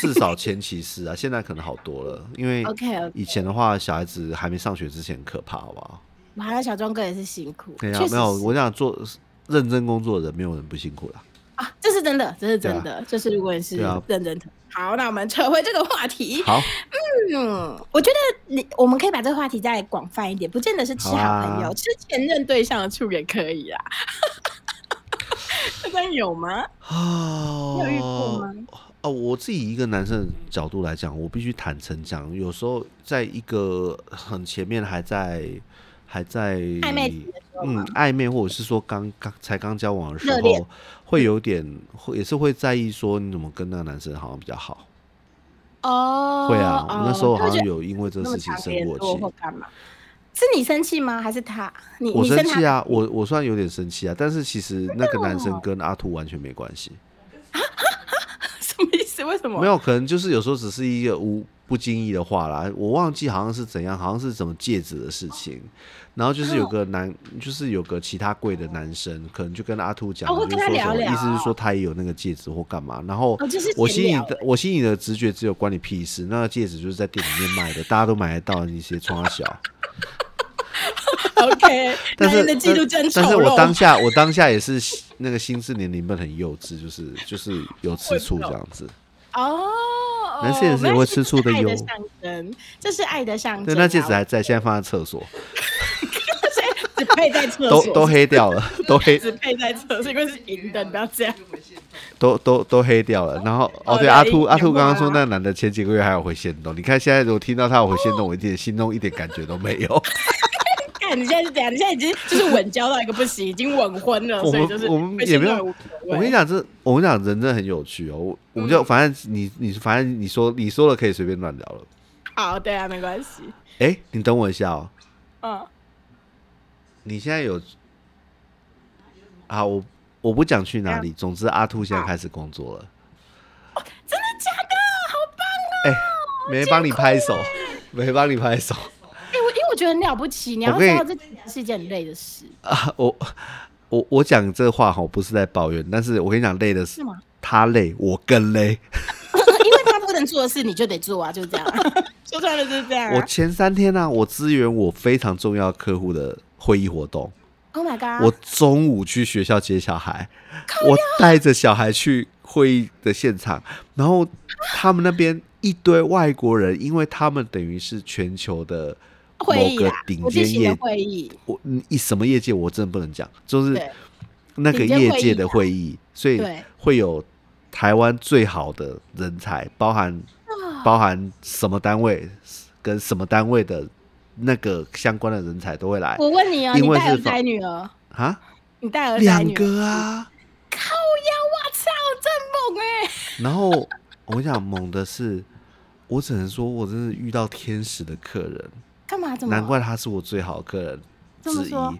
S1: 至少前期是啊，现在可能好多了，因为
S2: OK，OK
S1: 以前的话，小孩子还没上学之前很可怕，好不好？
S2: 哇，那小庄哥也是辛苦，
S1: 对呀、啊
S2: 确实
S1: 没有，
S2: 是
S1: 我想做认真工作的人，没有人不辛苦啦。
S2: 啊，这是真的，这是真
S1: 对
S2: 的，就是如果你是
S1: 对啊
S2: 认真的。好，那我们扯回这个话题。 [laughs]
S1: 好，
S2: 嗯，我觉得你我们可以把这个话题再广泛一点，不见得是吃好朋友，
S1: 好啊
S2: 吃前任对象的醋也可
S1: [laughs]
S2: 以啦。这样有吗？
S1: 啊，
S2: 有遇过吗？
S1: 哦，我自己一个男生的角度来讲，我必须坦诚讲，有时候在一个很前面还在还在
S2: 暧昧期的时候
S1: 嗯
S2: 吗，
S1: 暧昧或者是说刚刚才刚交往的时
S2: 热恋
S1: 候，会有点会也是会在意说你怎么跟那个男生好像比较好。
S2: 哦，
S1: 会啊，
S2: 哦
S1: 我那时候好
S2: 就觉
S1: 像
S2: 得
S1: 有因为这
S2: 那
S1: 个
S2: 么
S1: 事情
S2: 长
S1: 生
S2: 联
S1: 过
S2: 络或
S1: 气，
S2: 干嘛？是你生气吗？还是他？你
S1: 我
S2: 你
S1: 生
S2: 生
S1: 气
S2: 他哦
S1: 啊，我我算有点生气啊，但是其实那个男生跟阿兔完全没关系，
S2: [laughs] 什么意思？为什么？
S1: 没有，可能就是有时候只是一个无不经意的话啦，我忘记好像是怎样，好像是什么戒指的事情，然后就是
S2: 哦
S1: 有个男，就是有个其他柜的男生，可能就跟阿兔讲，
S2: 哦会
S1: 就
S2: 跟
S1: 是
S2: 他
S1: 说什
S2: 聊
S1: 么，
S2: 聊
S1: 意思是说他也有那个戒指或干嘛，然后
S2: 哦就是
S1: 我
S2: 闲
S1: 心里
S2: 聊
S1: 的我心里的直觉只有关你屁事，那个戒指就是在店里面卖的，大家都买得到，你些穿啊小。
S2: [laughs] OK，
S1: [laughs] 但
S2: 男
S1: 是
S2: 人的记录真丑
S1: 但是
S2: 陋
S1: 我当下我当下也是那个心智年龄们很幼稚，就是就是有吃醋这样子。
S2: 哦，
S1: 男生也是会吃醋的
S2: 的
S1: 哟
S2: 爱象征，这是爱的象征啊。
S1: 对，那戒指
S2: [laughs]
S1: 还在，现在放在厕所，
S2: 只配在厕
S1: 都
S2: 所，
S1: 都黑掉
S2: [laughs]
S1: 了，都黑
S2: 只配在厕所，因为是银的，你不要这样。
S1: 都都都黑掉了。然后
S2: 哦
S1: 哦，对，
S2: 对
S1: 阿兔
S2: 一
S1: 阿兔
S2: 讲话
S1: 刚刚说
S2: 啦
S1: 那个男的前几个月还有回仙洞，你看现在我听到他有回仙洞，我一点心中一点感觉都没
S2: [laughs]
S1: 有。
S2: 看你现在是怎样？你现在已经就是稳交到一个不行，已经晚婚了，
S1: 我
S2: 所以
S1: 们
S2: 就是
S1: 我们
S2: 回
S1: 也没
S2: 信都
S1: 有
S2: 无所谓
S1: 我跟你讲，这我跟你讲，人真的很有趣哦。我我们
S2: 嗯
S1: 就反正你你反正你说你说了可以随便乱聊了。
S2: 好，对啊，没关系，
S1: 哎，你等我一下哦，
S2: 嗯，
S1: 你现在有啊？我我不讲去哪里，总之阿兔现在开始工作
S2: 啊
S1: 了。
S2: 真的假的？好棒！
S1: 哎，没帮你拍手，没帮你拍手。 [laughs]
S2: 哎，我因为我觉得很了不起，你要
S1: 我
S2: 知
S1: 跟你
S2: 道这是一件很累的事， [laughs]
S1: 啊，我我我讲这话哈，不是在抱怨，但是我跟你讲，累的是
S2: 是吗？
S1: 他累，我更累。
S2: 因为他不能做的事，你就得做啊，就这样 [laughs] 啊，说穿了就是这样啊。
S1: 我前三天呢、我支援我非常重要客户的会议活动，
S2: Oh my god！
S1: 我中午去学校接小孩，我带着小孩去会议的现场，然后他们那边一堆外国人，因为他们等于是全球的
S2: 会
S1: 某
S2: 议
S1: 个
S2: 啦，
S1: 顶
S2: 国际
S1: 尖
S2: 型的
S1: 业，
S2: 会议，
S1: 我嗯一什么业界我真的不能讲，就是
S2: 对
S1: 那个
S2: 顶尖
S1: 业
S2: 会议
S1: 界的
S2: 啊
S1: 会议，所以
S2: 对
S1: 会有台湾最好的人才，包含包含什么单位跟什么单位的那个相关的人才都会来
S2: 我问你哦，你
S1: 因为
S2: 带儿
S1: 是
S2: 子
S1: 法
S2: 还女儿？
S1: 啊，
S2: 你嗯带儿子还
S1: 两
S2: 女儿？
S1: 个啊。
S2: 靠呀！我操，真猛哎、
S1: 然后我跟你讲，猛的是，我只能说我真是遇到天使的客人，
S2: 干嘛？怎么？
S1: 难怪他是我最好的客人
S2: 怎么
S1: 之一
S2: 说。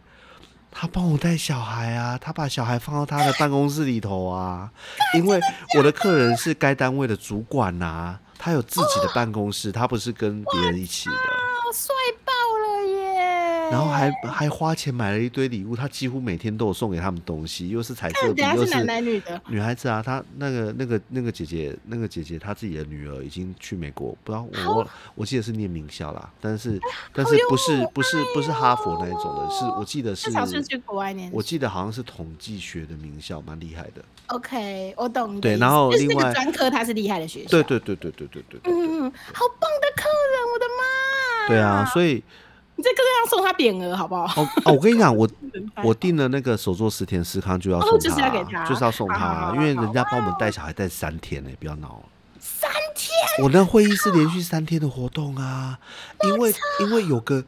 S1: 他帮我带小孩啊，他把小孩放到他的办公室里头啊，因为我的客人是该单位的主管啊，他有自己的办公室，他不是跟别人一起的，
S2: 啊，帅爆了耶！
S1: 然后还还花钱买了一堆礼物，他几乎每天都有送给他们东西，又是彩色
S2: 看，
S1: 笔
S2: [laughs] 等，下
S1: 又
S2: 是
S1: 是
S2: 男男女的，
S1: 女孩子啊，她那个那个那个姐姐，那个姐姐她自己的女儿已经去美国，不知道我忘了我记得是念名校啦，但是
S2: 哎
S1: 但是不是不
S2: 哦
S1: 是不是哈佛那一种的，是我记得是
S2: 至少是去国外念书。
S1: 我记得好像是统计学的名校，蛮厉害的。
S2: OK，我懂你的
S1: 对
S2: 意思。
S1: 然后
S2: 就是那
S1: 另
S2: 个
S1: 外
S2: 专科他是厉害的学校。
S1: 对。对对对对对对对
S2: 嗯，好棒的客人，我的妈！
S1: 对啊！所以
S2: 你这个要送他匾额好不好？
S1: 哦哦，我跟你讲，
S2: [laughs]
S1: 我
S2: 人太好
S1: 我订了那个手作十田思康就要
S2: 哦
S1: 送
S2: 就是
S1: 他
S2: 要给
S1: 啊，
S2: 他
S1: 就是要送他
S2: 好好好
S1: 啊，
S2: 好
S1: 因为人家帮我们带小孩带三天呢，不要闹了。
S2: 三天
S1: 我那会议是连续三天的活动啊，因为因为有个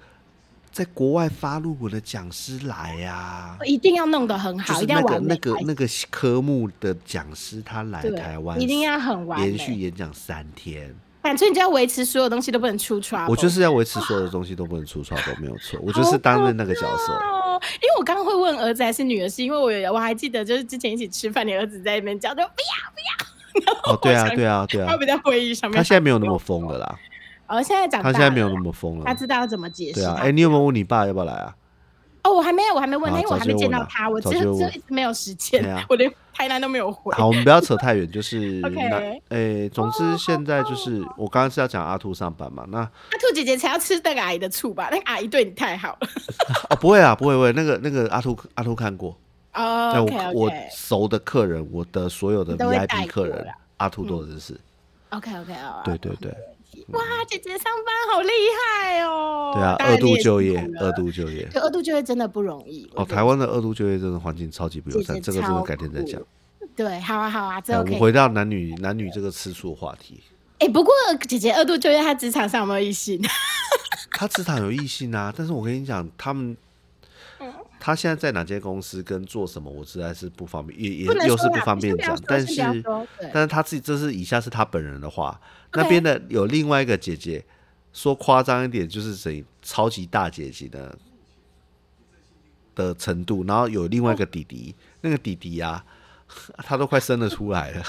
S1: 在国外发论文的讲师来呀、啊
S2: 我，一定要弄得很
S1: 就
S2: 好，
S1: 是
S2: 一定要
S1: 那个
S2: 完美，
S1: 那个那个科目的讲师他来
S2: 对
S1: 台湾，
S2: 一定要很完美，
S1: 连续演讲三天，
S2: 反正你就要维持所有东西都不能出 trouble。
S1: 我就是要维持所有的东西都不能出错都没有
S2: [laughs]
S1: 错，我就是担任那个角色。
S2: 哦，因为我刚刚会问儿子还是女儿，是因为我有我还记得，就是之前一起吃饭，你儿子在那边叫，就不
S1: 哦，对啊
S2: 想，
S1: 对啊，对啊
S2: 要，不在会议上面。
S1: 他现在没有那么疯了啦，
S2: 哦，现在长大
S1: 他
S2: 了，
S1: 现在没有那么疯
S2: 他
S1: 了。
S2: 知道要怎么解释
S1: 对啊，
S2: 他。
S1: 哎，你有没有问你爸要不要来啊？
S2: 哦，我还没有，我还没问他，
S1: 啊
S2: 因为我
S1: 早
S2: 还没
S1: 就
S2: 见
S1: 问
S2: 到
S1: 了
S2: 他，我
S1: 早
S2: 这
S1: 就
S2: 这
S1: 问
S2: 一直没有时间
S1: 对啊，
S2: 我连台南都没有
S1: [laughs]
S2: 回。
S1: 好，我们不要扯太远，
S2: [laughs]
S1: 就是那
S2: OK 哦
S1: 诶，总之现在就是我刚刚是要讲阿兔上班嘛，那
S2: 阿兔姐姐才要吃那个阿姨的醋吧？那个阿姨对你太好了。
S1: 哦不会啊，不会不会，那个那个阿兔阿兔看过，
S2: 哦
S1: 那
S2: ，OK
S1: 哎我我
S2: OK
S1: 熟的客人，我的所有的
S2: 你都会带
S1: VIP 客
S2: 过
S1: 人
S2: 啦，嗯
S1: 阿兔都认识。
S2: OK OK 哦。
S1: 对对对，
S2: 哇，姐姐上班好厉害哦！
S1: 对啊，
S2: 当
S1: 二
S2: 然你
S1: 度
S2: 也
S1: 就
S2: 辛
S1: 业
S2: 苦，了
S1: 二度就
S2: [laughs]
S1: 业。
S2: 对，二度就业真的不容易。我
S1: 哦，
S2: 觉
S1: 台湾的二度就业真的环境超级不友
S2: 姐
S1: 善，
S2: 姐
S1: 这个真的
S2: 超
S1: 改天再
S2: 酷
S1: 讲。
S2: 得对，好啊好啊，这
S1: 哎我
S2: OK
S1: 们。回到男女男女这个吃醋话题，
S2: 哎、不过姐姐二度就业，她职场上有没有异性？
S1: 他职场有异性啊，但是我跟你讲，他们
S2: 嗯
S1: 他现在在哪间公司跟做什么，我实在是不方便，也也
S2: 不能
S1: 又
S2: 说
S1: 是
S2: 啦
S1: 方便
S2: 先不要
S1: 讲
S2: 说，
S1: 但
S2: 先不要
S1: 是
S2: 说对
S1: 但是他自己这是以下是他本人的话，那
S2: OK
S1: 边的有另外一个姐姐，说夸张一点就是整超级大姐级的的程度，然后有另外一个
S2: 哦
S1: 弟弟，那个弟弟啊， [laughs] 他都快生得出
S2: [laughs]
S1: 来了。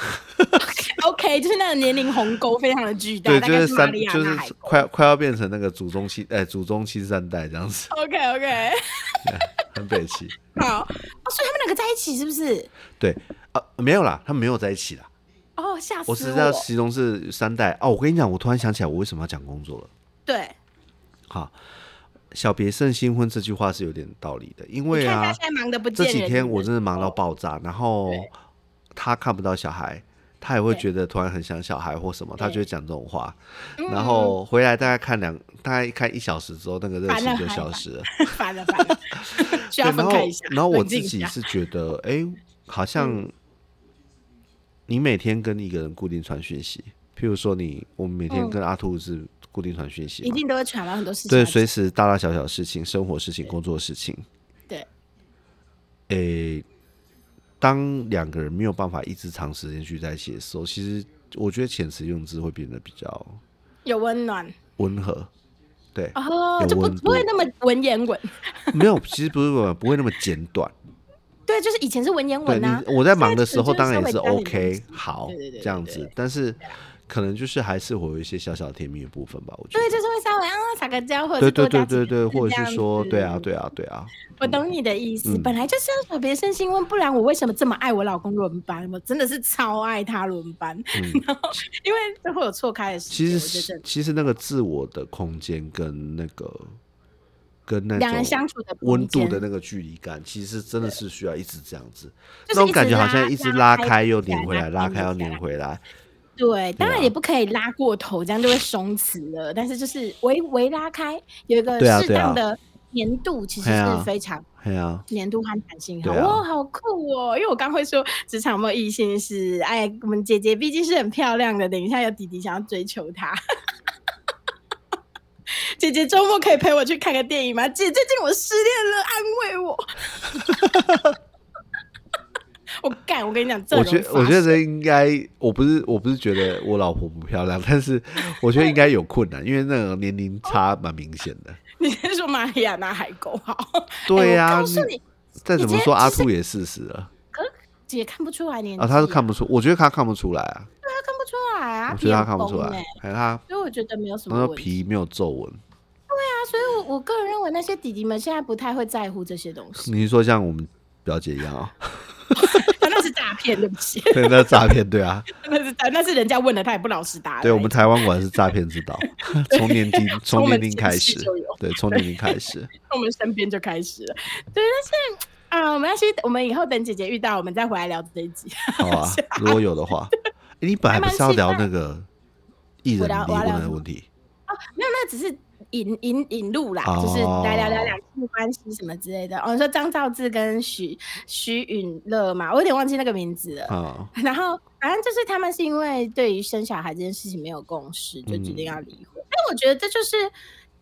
S2: OK，就是 [laughs] 那个年龄鸿沟非常的巨大，
S1: 对，
S2: 大
S1: 就
S2: 概
S1: 是
S2: 是马
S1: 三，
S2: 里亚
S1: 就
S2: 纳海
S1: 是
S2: 沟。
S1: 快快要变成那个祖宗七，哎、祖宗七三代这样子，
S2: OK OK，
S1: 很北齐。
S2: [laughs] 好、哦，所以他们两个在一起是不是？
S1: 对啊，没有啦，他们没有在一起啦。
S2: 哦，吓死
S1: 我
S2: 我！
S1: 只是要形容是三代哦。我跟你讲，我突然想起来，我为什么要讲工作了。
S2: 对，
S1: 哈，小别胜新婚这句话是有点道理的，因为
S2: 你看
S1: 啊
S2: 他，现在忙得不
S1: 这
S2: 见人。
S1: 几天我真
S2: 的
S1: 的忙到爆炸，然后
S2: 对
S1: 他看不到小孩，他也会
S2: 对
S1: 觉得突然很想小孩或什么，他
S2: 对
S1: 就会讲这种话。
S2: 嗯
S1: 然后回来大概看两，大概看一小时之后，那个热
S2: 烦了
S1: 情就
S2: 烦
S1: 消
S2: 了
S1: 失了。
S2: 烦了烦
S1: [laughs]
S2: 了，需要
S1: 对，
S2: 分开一下，
S1: 然后然后我
S2: 冷
S1: 自
S2: 静一
S1: 己
S2: 下嗯
S1: 是觉
S2: [laughs]
S1: 得，哎、好像你每天跟一个人固定传讯息，譬如说你，我们每天
S2: 嗯
S1: 跟阿兔是固定传讯息嘛，
S2: 一定都会传到很多事情。
S1: 对，随时大大小小事情、生活事情、工作事情，
S2: 对
S1: 哎、当两个人没有办法一直长时间聚在一起的时候，其实我觉得遣词用字会变得比较
S2: 有温暖
S1: 温和。对，
S2: 哦，
S1: 有
S2: 就不
S1: 温
S2: 不会
S1: 度
S2: 那么文言文。
S1: 没有，其实不是不会那么简短。
S2: 对，就是以前是文言
S1: 对
S2: 文
S1: 你
S2: 啊，，
S1: 我在忙的时候
S2: 现在
S1: 当然也是
S2: 稍微加点东
S1: OK
S2: 西
S1: 好
S2: 对对对
S1: 这样
S2: 对
S1: 子，但是可能就是还是会有一些小小甜蜜的部分吧，我觉
S2: 对，
S1: 得。
S2: 就是会稍微啊撒个娇，或者
S1: 对
S2: 是
S1: 对
S2: 多
S1: 对
S2: 加
S1: 对
S2: 几个
S1: 对，
S2: 字
S1: 或者
S2: 这样
S1: 是说，对啊
S2: 子嗯
S1: 对啊对啊，
S2: 我懂你的意思，
S1: 嗯
S2: 本来就是要小别胜新婚，不然我为什么这么爱我老公轮班？我真的是超爱他轮班，
S1: 嗯，
S2: [laughs] 然后因为这会有错开的时间，
S1: 其实
S2: 我觉
S1: 是
S2: 得
S1: 其实那个自我的空间跟那个跟那
S2: 两人
S1: 种
S2: 相处的空
S1: 温度
S2: 间
S1: 的那个距离感，其实真的是需要一直这样子，那
S2: 就是
S1: 种
S2: 一
S1: 感
S2: 直
S1: 觉好像
S2: 拉
S1: 一直
S2: 拉开
S1: 开
S2: 又
S1: 又
S2: 起来
S1: 粘回
S2: 拉
S1: 来，拉
S2: 开
S1: 开
S2: 又
S1: 又
S2: 起
S1: 粘
S2: 来
S1: 回来，
S2: 对，当然
S1: 啊
S2: 也不可以拉过头，这样就会松弛了。但是就是微微拉开，有一个
S1: 对啊
S2: 适
S1: 对啊
S2: 当的粘度，其实
S1: 嘿啊
S2: 是非常
S1: 哎呀，
S2: 粘度和弹性好，
S1: 对啊
S2: 哇，好酷哦！因为我刚会说职场有没有异性是，哎，我们姐姐毕竟是很漂亮的，等一下有弟弟想要追求她。 [laughs] 姐姐周末可以陪我去看个电影吗？姐，最近我失恋了，安慰我。 [laughs] 我干，我跟你讲，这
S1: 我
S2: 容
S1: 觉
S2: 易发
S1: 我觉
S2: 生
S1: 得应该，我不是我不是觉得我老婆不漂亮，但
S2: [laughs]
S1: 是我觉得应该有困难，因为那个年龄差蛮明显的。
S2: 你先说玛利亚纳海沟好。
S1: [laughs] 对啊呀、
S2: 哎我告诉你，
S1: 再
S2: 你
S1: 怎么
S2: 今
S1: 说
S2: 天
S1: 阿
S2: 其实
S1: 兔也四十了
S2: 可是姐看不出来年纪、
S1: 啊，他是看不出，我觉得他看不出来啊，
S2: 对啊，看不出来啊，
S1: 我觉得他
S2: 她
S1: 看不出来，还有他
S2: 所以我觉得没有什
S1: 他
S2: 么
S1: 说
S2: 问题。
S1: 皮没有皱纹。
S2: 啊，所以我，我个人认为那些弟弟们现在不太会在乎这些东西，
S1: 你是说像我们表姐一样啊、 [laughs]
S2: 啊那是诈骗，对不起， [laughs]
S1: 对，那诈骗对啊，
S2: 那是那是人家问了，他也不老实答的那一
S1: 对
S2: 种。
S1: 我们台湾果然是诈骗之岛， [laughs] 从年龄
S2: 哎从
S1: 从
S2: 我们
S1: 年龄
S2: 前
S1: 开
S2: 世
S1: 始
S2: 就有，
S1: 对，从年龄开始，
S2: 从我们身边就开始了。对，但是啊、我们要去，我们以后等姐姐遇到，我们再回来聊这一集。 [laughs]
S1: [laughs] 好啊，如果有的话，诶你本来
S2: 还
S1: 不
S2: 蛮
S1: 是要
S2: 期
S1: 聊
S2: 待
S1: 那个艺
S2: 我
S1: 人
S2: 聊
S1: 离
S2: 我要
S1: 婚
S2: 聊
S1: 的
S2: 什
S1: 问题？
S2: 没有，那只是引引引路啦，就是
S1: 哦
S2: 来聊聊两性关系什么之类的。哦，你说张兆志跟徐徐允乐嘛，我有点忘记那个名字了。
S1: 啊，
S2: 然后反正就是他们是因为对于生小孩这件事情没有共识，就决定要
S1: 嗯
S2: 离婚。但我觉得这就是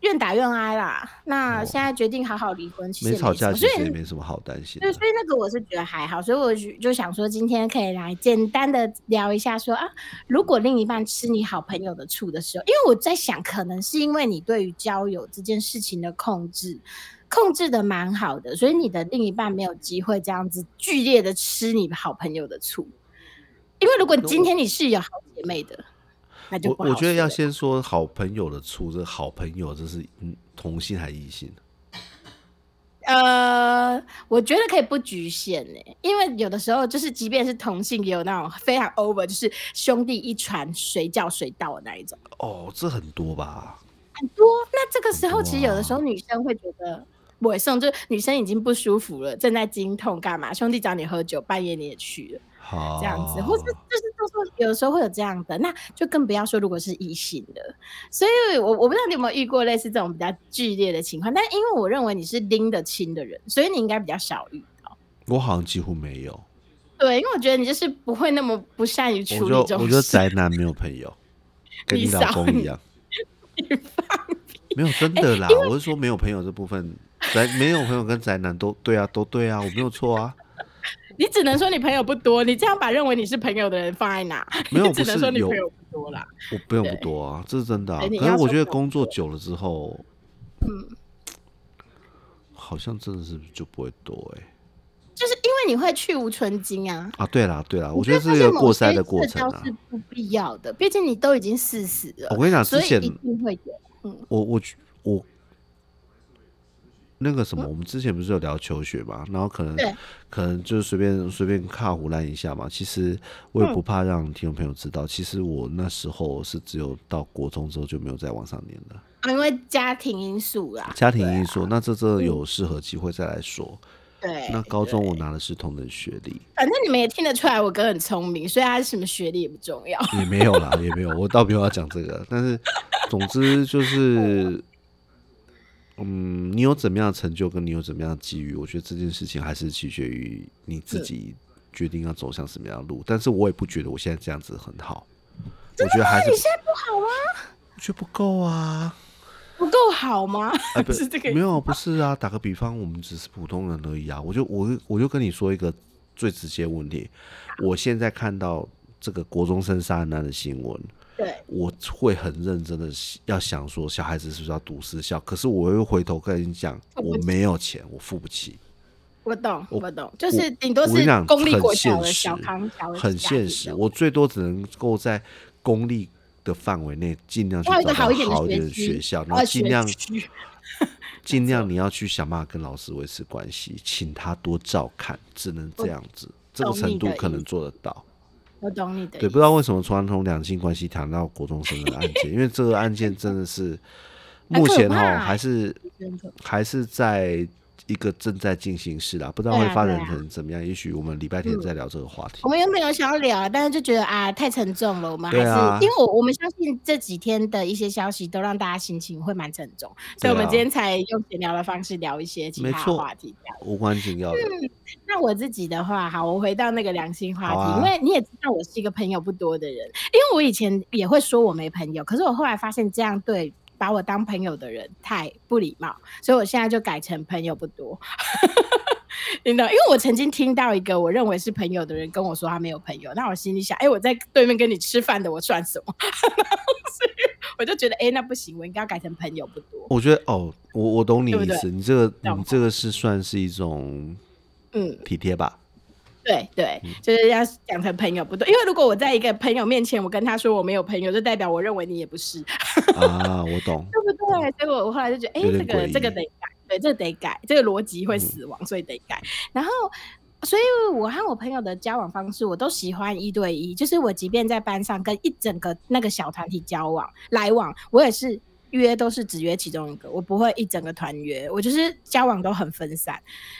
S2: 愿打愿挨啦。那
S1: 哦
S2: 现在决定好好离婚，其实
S1: 没
S2: 也
S1: 吵
S2: 什
S1: 架
S2: 么
S1: 其
S2: 所
S1: 实也
S2: 以
S1: 没什么好担心
S2: 对，
S1: 的。
S2: 所以那个我是觉得还好，所以我就就想说，今天可以来简单的聊一下说，啊，如果另一半吃你好朋友的醋的时候，因为我在想，可能是因为你对于交友这件事情的控制控制的蛮好的，所以你的另一半没有机会这样子剧烈的吃你好朋友的醋。因为如果今天你是有好姐妹的，那就
S1: 我
S2: 不好
S1: 我觉得
S2: 说
S1: 要
S2: 了
S1: 先说好朋友的醋，这个好朋友这是嗯同性还异性？
S2: 呃，我觉得可以不局限呢、因为有的时候就是，即便是同性，也有那种非常 over，就是兄弟一船，谁叫谁到的那一种，
S1: 哦，这很多吧？
S2: 很多。那这个时候，
S1: 很多
S2: 其实有的时候女生会觉得。我送就是女生已经不舒服了，正在经痛，干嘛？兄弟找你喝酒，半夜你也去了，
S1: 好，
S2: 这样
S1: 哦
S2: 子，或是就是就是有时候会有这样的，那就更不要说如果是异性的。所以我我不知道你有没有遇过类似这种比较剧烈的情况，但因为我认为你是拎得清的人，所以你应该比较少遇到。
S1: 我好像几乎没有，
S2: 对，因为我觉得你就是不会那么不善于
S1: 我
S2: 处理
S1: 就
S2: 这种
S1: 我就
S2: 事。
S1: 宅男没有朋
S2: [laughs]
S1: 友，跟
S2: 你
S1: 你老
S2: 少
S1: 公一
S2: 你
S1: 样。 [laughs] 没有真的啦，我是说没有朋友这部分，宅没有朋友跟宅男都对啊，都对啊，我没有错啊。
S2: 你只能说你朋友不多，你这样把认为你是朋友的人放在哪？
S1: [laughs] 没有
S2: 你只
S1: 不
S2: 能
S1: 是
S2: 说你
S1: 有
S2: 朋友不多啦。
S1: 我朋友不
S2: 对
S1: 多啊，这是真的啊
S2: 对。你
S1: 可是
S2: 要
S1: 我
S2: 说
S1: 觉得
S2: 朋友
S1: 工作久了之后，
S2: 嗯，
S1: 好像真的是就不会多哎、
S2: 就是因为你会去无存金啊。
S1: 啊，对啦对啦，我
S2: 你
S1: 觉得
S2: 就会
S1: 是一个
S2: 发现某
S1: 过
S2: 些
S1: 筛的过
S2: 社
S1: 程
S2: 交
S1: 啊哦
S2: 是。不必要的，毕竟你都已经四十
S1: 我
S2: 了，
S1: 跟你讲，之
S2: 所以
S1: 前
S2: 一定会有。嗯，
S1: 我我我那个什么，我们之前不是有聊求学嘛，然后可能
S2: 嗯对
S1: 可能就是随便随便卡胡乱一下嘛。其实我也
S2: 嗯
S1: 不怕让听众朋友知道，其实我那时候是只有到国中之后就没有再往上念了。
S2: 啊因为家庭因素啦，
S1: 家庭因素，那这这有适合机会再来说。
S2: 啊嗯对。
S1: 那高中我拿的是同等学历， [laughs]
S2: 反正你们也听得出来，我哥很聪明，所以他什么学历也不重要。 [laughs]
S1: 也没有啦，也没有，我倒没有要讲这个，但是总之就是，嗯，你有怎么样的成就，跟你有怎么样的机遇，我觉得这件事情还是取决于你自己决定要走向什么样的路。但是我也不觉得我现在这样子很好，我觉得还是
S2: 你现在不好吗？
S1: 我觉得不够啊。
S2: 不够好吗？ [laughs]
S1: 啊，不
S2: 是这个意
S1: 没有，不是啊。打个比方，我们只是普通人而已啊。我就我就我就跟你说一个最直接问题，我现在看到这个国中生杀人案的新闻，
S2: 对，
S1: 我会很认真的要想说，小孩子是不是要读私校？可是我又回头跟你讲，
S2: 付不
S1: 我
S2: 起
S1: 没有钱，我付不起。
S2: 我懂，
S1: 我
S2: 我懂，就
S1: 我
S2: 是顶多
S1: 我跟
S2: 是
S1: 你讲
S2: 公立
S1: 很
S2: 国
S1: 现
S2: 小的
S1: 实
S2: 小康小的
S1: 很
S2: 哦家
S1: 现
S2: 庭
S1: 实，
S2: 的
S1: 我最多只能够在公立的范围内尽量去
S2: 要有一
S1: 找
S2: 个
S1: 到
S2: 好一点的
S1: 好一点的
S2: 学区
S1: 学校，然
S2: 啊
S1: 后尽
S2: 学
S1: 量
S2: 区
S1: 尽量你要去想办法跟老师维持关系，请他多照看，只能这样子，这个
S2: 懂
S1: 程
S2: 你
S1: 度
S2: 嗯的
S1: 可
S2: 意
S1: 能
S2: 思
S1: 做得到。
S2: 我懂你的
S1: 对，
S2: 意
S1: 不知道为什么传统两性关系谈到国中生的案件，因为这个案件真的
S2: [laughs]
S1: 是
S2: 很
S1: 目
S2: 可
S1: 前哈
S2: 怕
S1: 还是
S2: 真的
S1: 还是在一个正在进行式啦，不知道会
S2: 对啊
S1: 发
S2: 对
S1: 展
S2: 啊
S1: 成怎么样。也许我们礼拜天再聊这个话题
S2: 我。们原本有想要聊，但是就觉得啊太沉重了，我们还
S1: 对
S2: 是、
S1: 啊
S2: 因为我我们相信这几天的一些消息都让大家心情会蛮沉重，所以我
S1: 对
S2: 们
S1: 啊
S2: 今天才用闲聊的方式聊一些其
S1: 没
S2: 他的
S1: 错
S2: 话题。这样
S1: 无关紧要的，
S2: 那我自己的话，好，我回到那个良心话
S1: 好啊
S2: 题，因为你也知道我是一个朋友不多的人，因为我以前也会说我没朋友，可是我后来发现这样对把我当朋友的人太不礼貌，所以我现在就改成朋友不多。 [laughs] 你懂，因为我曾经听到一个我认为是朋友的人跟我说他没有朋友，那我心里想，哎、我在对面跟你吃饭的我算什么？ [laughs] 然后所以我就觉得，哎、那不行，我应该要改成朋友不多。
S1: 我觉得哦，我我懂你
S2: 对不
S1: 意
S2: 对
S1: 思，你这个
S2: 懂
S1: 你这个是算是一种
S2: 嗯，
S1: 体贴
S2: [laughs]
S1: 吧？
S2: 对对，就是要讲成朋友不对，因为如果我在一个朋友面前，我跟他说我没有朋友，就代表我认为你也不是，
S1: 啊，我懂。
S2: 对不对？所以我我后来就觉得，哎、
S1: 有
S2: 这
S1: 点
S2: 个
S1: 诡
S2: 这个
S1: 异嗯
S2: 得改，对，这个得改，这个逻辑会死亡，所以得改。然后，所以我和我朋友的交往方式，我都喜欢一对一，就是我即便在班上跟一整个那个小团体交往来往，我也是。约都是只约其中一个，我不会一整个团约，我就是交往都很分散，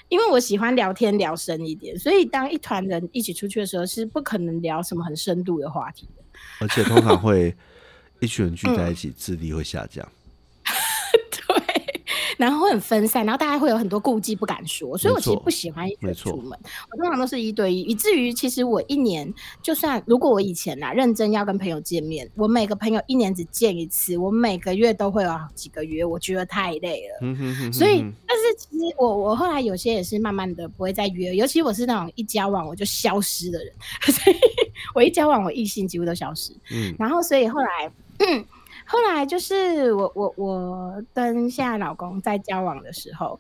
S2: 因为我喜欢聊天聊深一点，所以当一团人一起出去的时候，是不可能聊什么很深度的话题的。
S1: 而且通
S2: [laughs] 嗯
S1: 常会一群人聚在一起，智力会下降。
S2: 对，然后会很分散，然后大家会有很多顾忌不敢说，所以我其
S1: 没
S2: 实
S1: 错
S2: 不喜欢一起
S1: 没错
S2: 出门，我通常都是一对一，以至于其实我一年就算如果我以前啦认真要跟朋友见面，我每个朋友一年只见一次，我每个月都会有好几个约，我觉得太累了。
S1: 嗯哼哼哼
S2: 所以
S1: 哼，
S2: 但是其实我我后来有些也是慢慢的不会再约，尤其我是那种一交往我就消失的人， [laughs] 所以我一交往我异性几乎都消失。
S1: 嗯
S2: 然后所以后来，嗯后来就是我我我跟现在老公在交往的时候。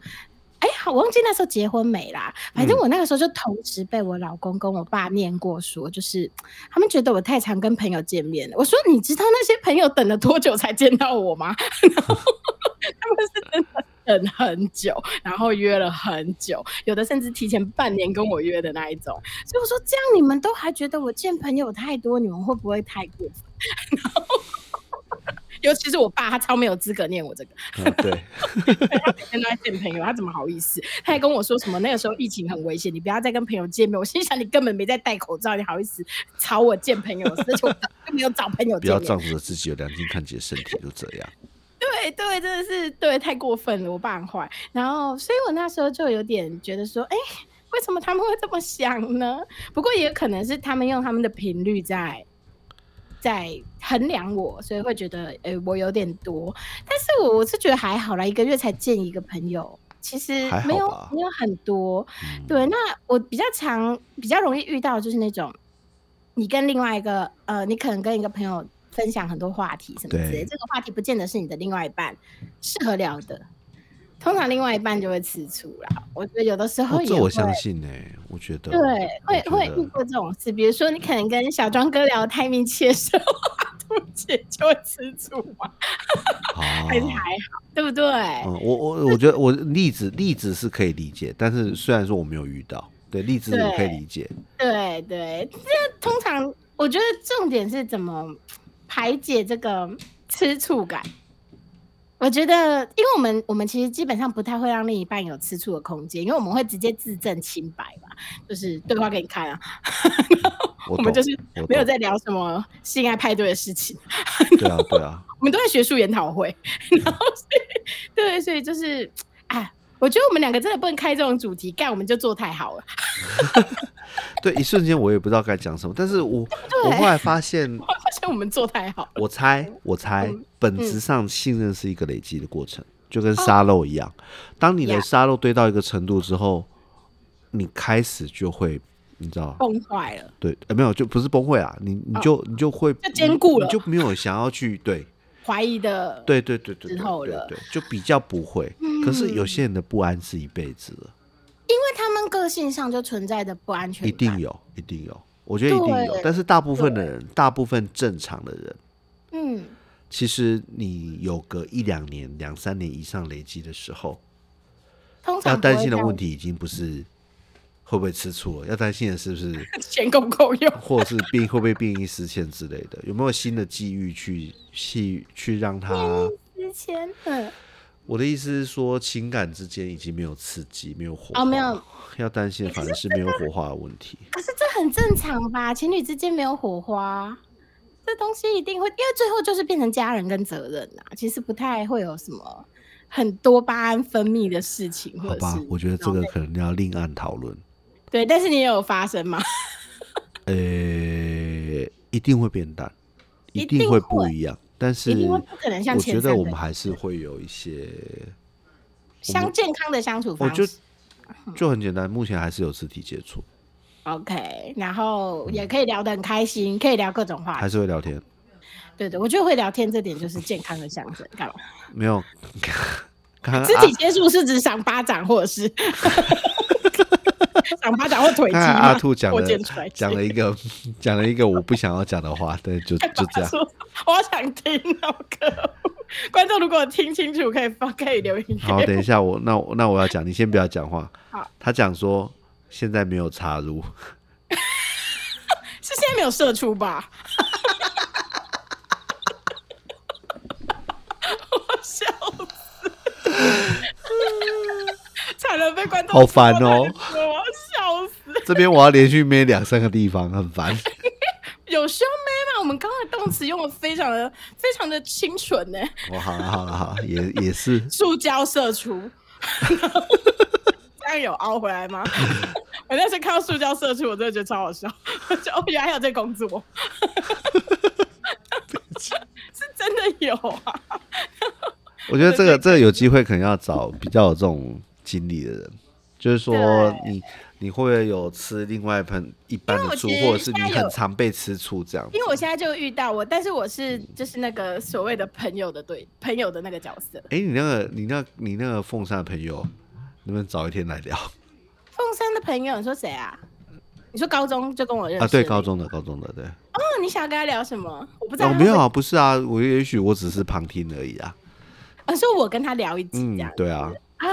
S2: 哎，好，我忘记那时候结婚没啦。反正
S1: 嗯
S2: 我那个时候就同时被我老公跟我爸念过说，就是他们觉得我太常跟朋友见面了。我说，你知道那些朋友等了多久才见到我吗？ [laughs] 然后他们是真的等很久，然后约了很久，有的甚至提前半年跟我约的那一种。所以我说，这样你们都还觉得我见朋友太多，你们会不会太过分？然后，尤其是我爸，他超没有资格念我这个，
S1: 啊对，
S2: 每天都在见朋友，他怎么好意思？他还跟我说什么那个时候疫情很危险，你不要再跟朋友见面。我心想，你根本没在戴口罩，你好意思吵我见朋友的事？而且我就 [laughs] 没有找朋友
S1: 不
S2: 见
S1: 要
S2: 面。
S1: 仗着自己有良心看自己的身体，就这样。
S2: [laughs] 对对，真的是对，太过分了，我爸很坏。然后，所以我那时候就有点觉得说，哎、为什么他们会这么想呢？不过也可能是他们用他们的频率在在衡量我，所以会觉得，哎、我有点多。但是我我是觉得还好啦，一个月才见一个朋友，其实
S1: 还好
S2: 没有
S1: 吧
S2: 没有很多。
S1: 嗯，
S2: 对，那我比较常比较容易遇到就是那种，你跟另外一个呃，你可能跟一个朋友分享很多话题什么之类
S1: 对
S2: 的，这个话题不见得是你的另外一半适合聊的，通常另外一半就会吃醋啦。我觉得有的时候
S1: 哦，
S2: 也
S1: 这
S2: 会。
S1: 我相信呢、我觉得
S2: 对，会
S1: 我觉
S2: 会
S1: 得
S2: 遇过这种事，比如说你可能跟小庄哥聊得太密切的时候， [laughs] 对不起就会吃醋
S1: 哦
S2: 嘛，
S1: 啊
S2: 还是还好，对不对？
S1: 嗯，我我我觉得我例子例子是可以理解，但是虽然说我没有遇到，对例子我可以
S2: 对
S1: 理解，
S2: 对对，这通常我觉得重点是怎么排解这个吃醋感。我觉得，因为我们我们其实基本上不太会让另一半有吃醋的空间，因为我们会直接自证清白嘛，就是对话给你看啊，
S1: 我
S2: 我
S1: 懂
S2: 们就是
S1: 我
S2: 没有
S1: 懂
S2: 在聊什么性爱派对的事情，
S1: 对啊对啊，
S2: 我们都在学术研讨会， [laughs] 然后所以对，所以就是哎，我觉得我们两个真的不能开这种主题，干我们就做太好了， [laughs]
S1: 对，一瞬间我也不知道该讲什么，但是我我后来发现，
S2: 我发现我们做太好了，
S1: 我猜我猜，
S2: 嗯
S1: 本质上信任是一个累积的过程，就跟沙漏一样，当你的
S2: 哦呀
S1: 沙漏堆到一个程度之后，你开始就会。你知道，
S2: 崩坏了。
S1: 对，呃，没有，就不是崩溃啊，你你就、你就会
S2: 哦就坚固了
S1: 你就没有想要去对，
S2: [laughs] 怀疑的，
S1: 对对对对，
S2: 之
S1: 对
S2: 后
S1: 对
S2: 了嗯
S1: 对，就比较不会。可是有些人的不安是一辈子的，
S2: 因为他们个性上就存在的不安全感，
S1: 一定有，一定有，我觉得一定有
S2: 对。
S1: 但是大部分的人，大部分正常的人，
S2: 嗯，
S1: 其实你有个一两年、两三年以上累积的时候，
S2: 通
S1: [laughs] 要
S2: 常
S1: 担心的问
S2: 题
S1: 题已经不是会不会吃醋了，要担心的是不是 [laughs]
S2: 钱够不够用，
S1: 或者是变会不会变异失窃之类的，有没有新的机遇去去去让他。
S2: [laughs] 之前嗯，
S1: 我的意思是说，情感之间已经没有刺激，没有火花，
S2: 哦没有
S1: 要担心的反而是没有火花的问题。
S2: [laughs] 可是这很正常吧？情侣之间没有火花，这东西一定会，因为最后就是变成家人跟责任啦，其实不太会有什么很多巴胺分泌的事情，或
S1: 好
S2: 者
S1: 吧
S2: 是，
S1: 我觉得这个可能要另案讨论。
S2: 对，但是你也有发生嘛？
S1: 呃、一定会变淡，
S2: 一定
S1: 定会不
S2: 会
S1: 一样，但是
S2: 一定会不可能像
S1: 我
S2: 前
S1: 觉得
S2: 三
S1: 我
S2: 个
S1: 们还是会有一些，
S2: 相健康的相处
S1: 我
S2: 方
S1: 就
S2: 式
S1: 就很简单，目前还是有肢体接触，
S2: ，OK，然后也可以聊得很开心，可以聊各种话
S1: 还
S2: 题，
S1: 是会聊天，
S2: 对对，我觉得会聊天这点就是健康的象征，干嘛？
S1: 没有。 [laughs] 刚刚
S2: 肢
S1: 阿
S2: 体接触是指赏巴掌或
S1: [laughs]
S2: 者是赏巴掌或腿击
S1: 刚才
S2: 吗？
S1: 啊阿兔讲
S2: 或
S1: 了
S2: 肩摔
S1: 啊讲了一个 [laughs] 讲了一个我不想要讲的话，对，就就这样。
S2: 说 [laughs] 我好想听哦，可恶！ [laughs] 观众如果听清楚，可以放可以留言给
S1: 好，
S2: 我。
S1: 等一下我那我那我要讲，你先不要讲话
S2: 好。
S1: 他讲说现在没有插入， [laughs]
S2: 是现在没有射出吧？ [laughs] 我笑死！ [laughs] 惨了，被观众
S1: 好烦哦
S2: 戳到我要笑死！
S1: 这边我要连续咩两三个地方，很烦。
S2: 有胸妹吗？我们刚刚的动用词用的非常的非常的清纯呢、
S1: 哦，好了好了好了，也也是
S2: 塑胶射出，这样有凹回来吗？ [laughs] 我那时候看到塑胶射出，我真的觉得超好笑， [laughs] 就哦，原来还有这工作，是真的有啊。 [laughs]
S1: 我觉得这个这个有机会可能要找比较有这种经历的人，就是说
S2: 对
S1: 你你会不会有吃另外一盆一般
S2: 因为
S1: 的
S2: 我
S1: 醋，
S2: 觉得
S1: 或者是你
S2: 现在有
S1: 很常被吃醋这样子
S2: 因为我现在就遇到我，但是我是就是那个所谓的朋友的对朋友的那个角色。
S1: 哎、你那个你那你那个凤山的朋友，能不能早一天来
S2: [laughs]
S1: 聊
S2: 凤山的朋友，你说谁啊？你说高中就跟我认识
S1: 啊？对，
S2: 的
S1: 高中的高中的对，
S2: 哦，你想跟他聊什么？我不知道、
S1: 哦没有啊，不是啊，我也许我只是旁听而已啊，
S2: 啊，说我跟他聊一集
S1: 嗯
S2: 这样、，
S1: 对啊，
S2: 啊，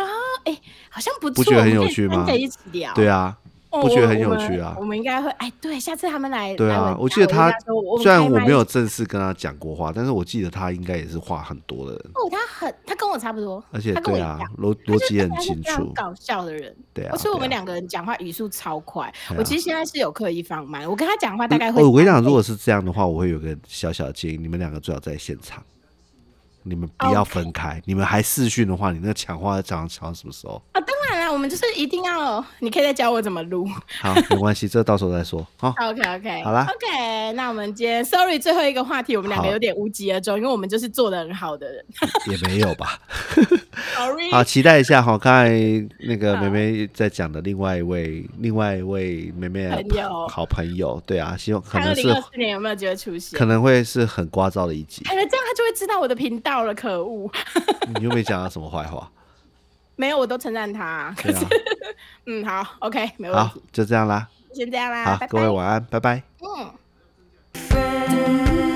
S2: 哎、好像不
S1: 不
S2: 错，
S1: 觉得很有趣
S2: 我
S1: 吗
S2: 们可以跟着一起聊，
S1: 对啊，
S2: 哦，
S1: 不觉得很
S2: 我
S1: 有
S2: 们
S1: 趣啊
S2: 我们应该会，哎，对，下次他们来，
S1: 对
S2: 来
S1: 啊
S2: 们，
S1: 我
S2: 家
S1: 记得
S2: 跟
S1: 他
S2: 说我们
S1: 虽然
S2: 开
S1: 我
S2: 麦
S1: 没有正式跟他讲过话，但是我记得他应该也是话很多的人，
S2: 哦，他很，他跟我差不多，
S1: 而且
S2: 他跟我
S1: 对
S2: 一
S1: 啊
S2: 样。，
S1: 逻
S2: 他就
S1: 逻辑很
S2: 他是
S1: 清
S2: 非常
S1: 楚，
S2: 搞笑的人，
S1: 对啊
S2: 哦所以我们
S1: 对啊
S2: 两个人讲话语速超快。
S1: 对啊嗯
S2: 我
S1: 哦
S2: 其实现在是有刻意放慢，我跟他讲话大概会
S1: 我我跟你讲，
S2: 三倍
S1: 如果是这样的话，我会有个小小的建议，你们两个最好在现场，你们不要
S2: 哦 OK
S1: 分开。你们还视讯的话，你那个抢话讲讲到什么时候？
S2: 啊，当然了，我们就是一定要，你可以再教我怎么录。
S1: 好，没关系，这到时候再
S2: [laughs]
S1: 说。好，
S2: OK OK，
S1: [laughs] 好啦
S2: ，OK，那我们今天 Sorry 最后一个话题，我们两个
S1: 好
S2: 有点无疾而终，因为我们就是做的很好的人。
S1: 也没有吧。
S2: Sorry，
S1: 好，期待一下哈。刚才那个梅梅在讲的另外一位，另外一位梅梅的
S2: 朋友
S1: 好朋友，对啊，希望可
S2: 看二
S1: 能
S2: 零
S1: 是
S2: 二四年有没有机会出现
S1: 可？能会是很聒噪的一集。
S2: 哎，这样他就会知道我的频道了。可恶， [laughs]
S1: 你又没讲他什么坏话，
S2: 没有，我都称赞他。可
S1: 对
S2: [laughs] 是，
S1: 啊。
S2: 嗯，好，OK，没问
S1: 好
S2: 题，，
S1: 就这样啦。
S2: 先这样啦，
S1: 好
S2: 拜，拜。
S1: 各位晚安，拜拜。
S2: 嗯。
S3: friend.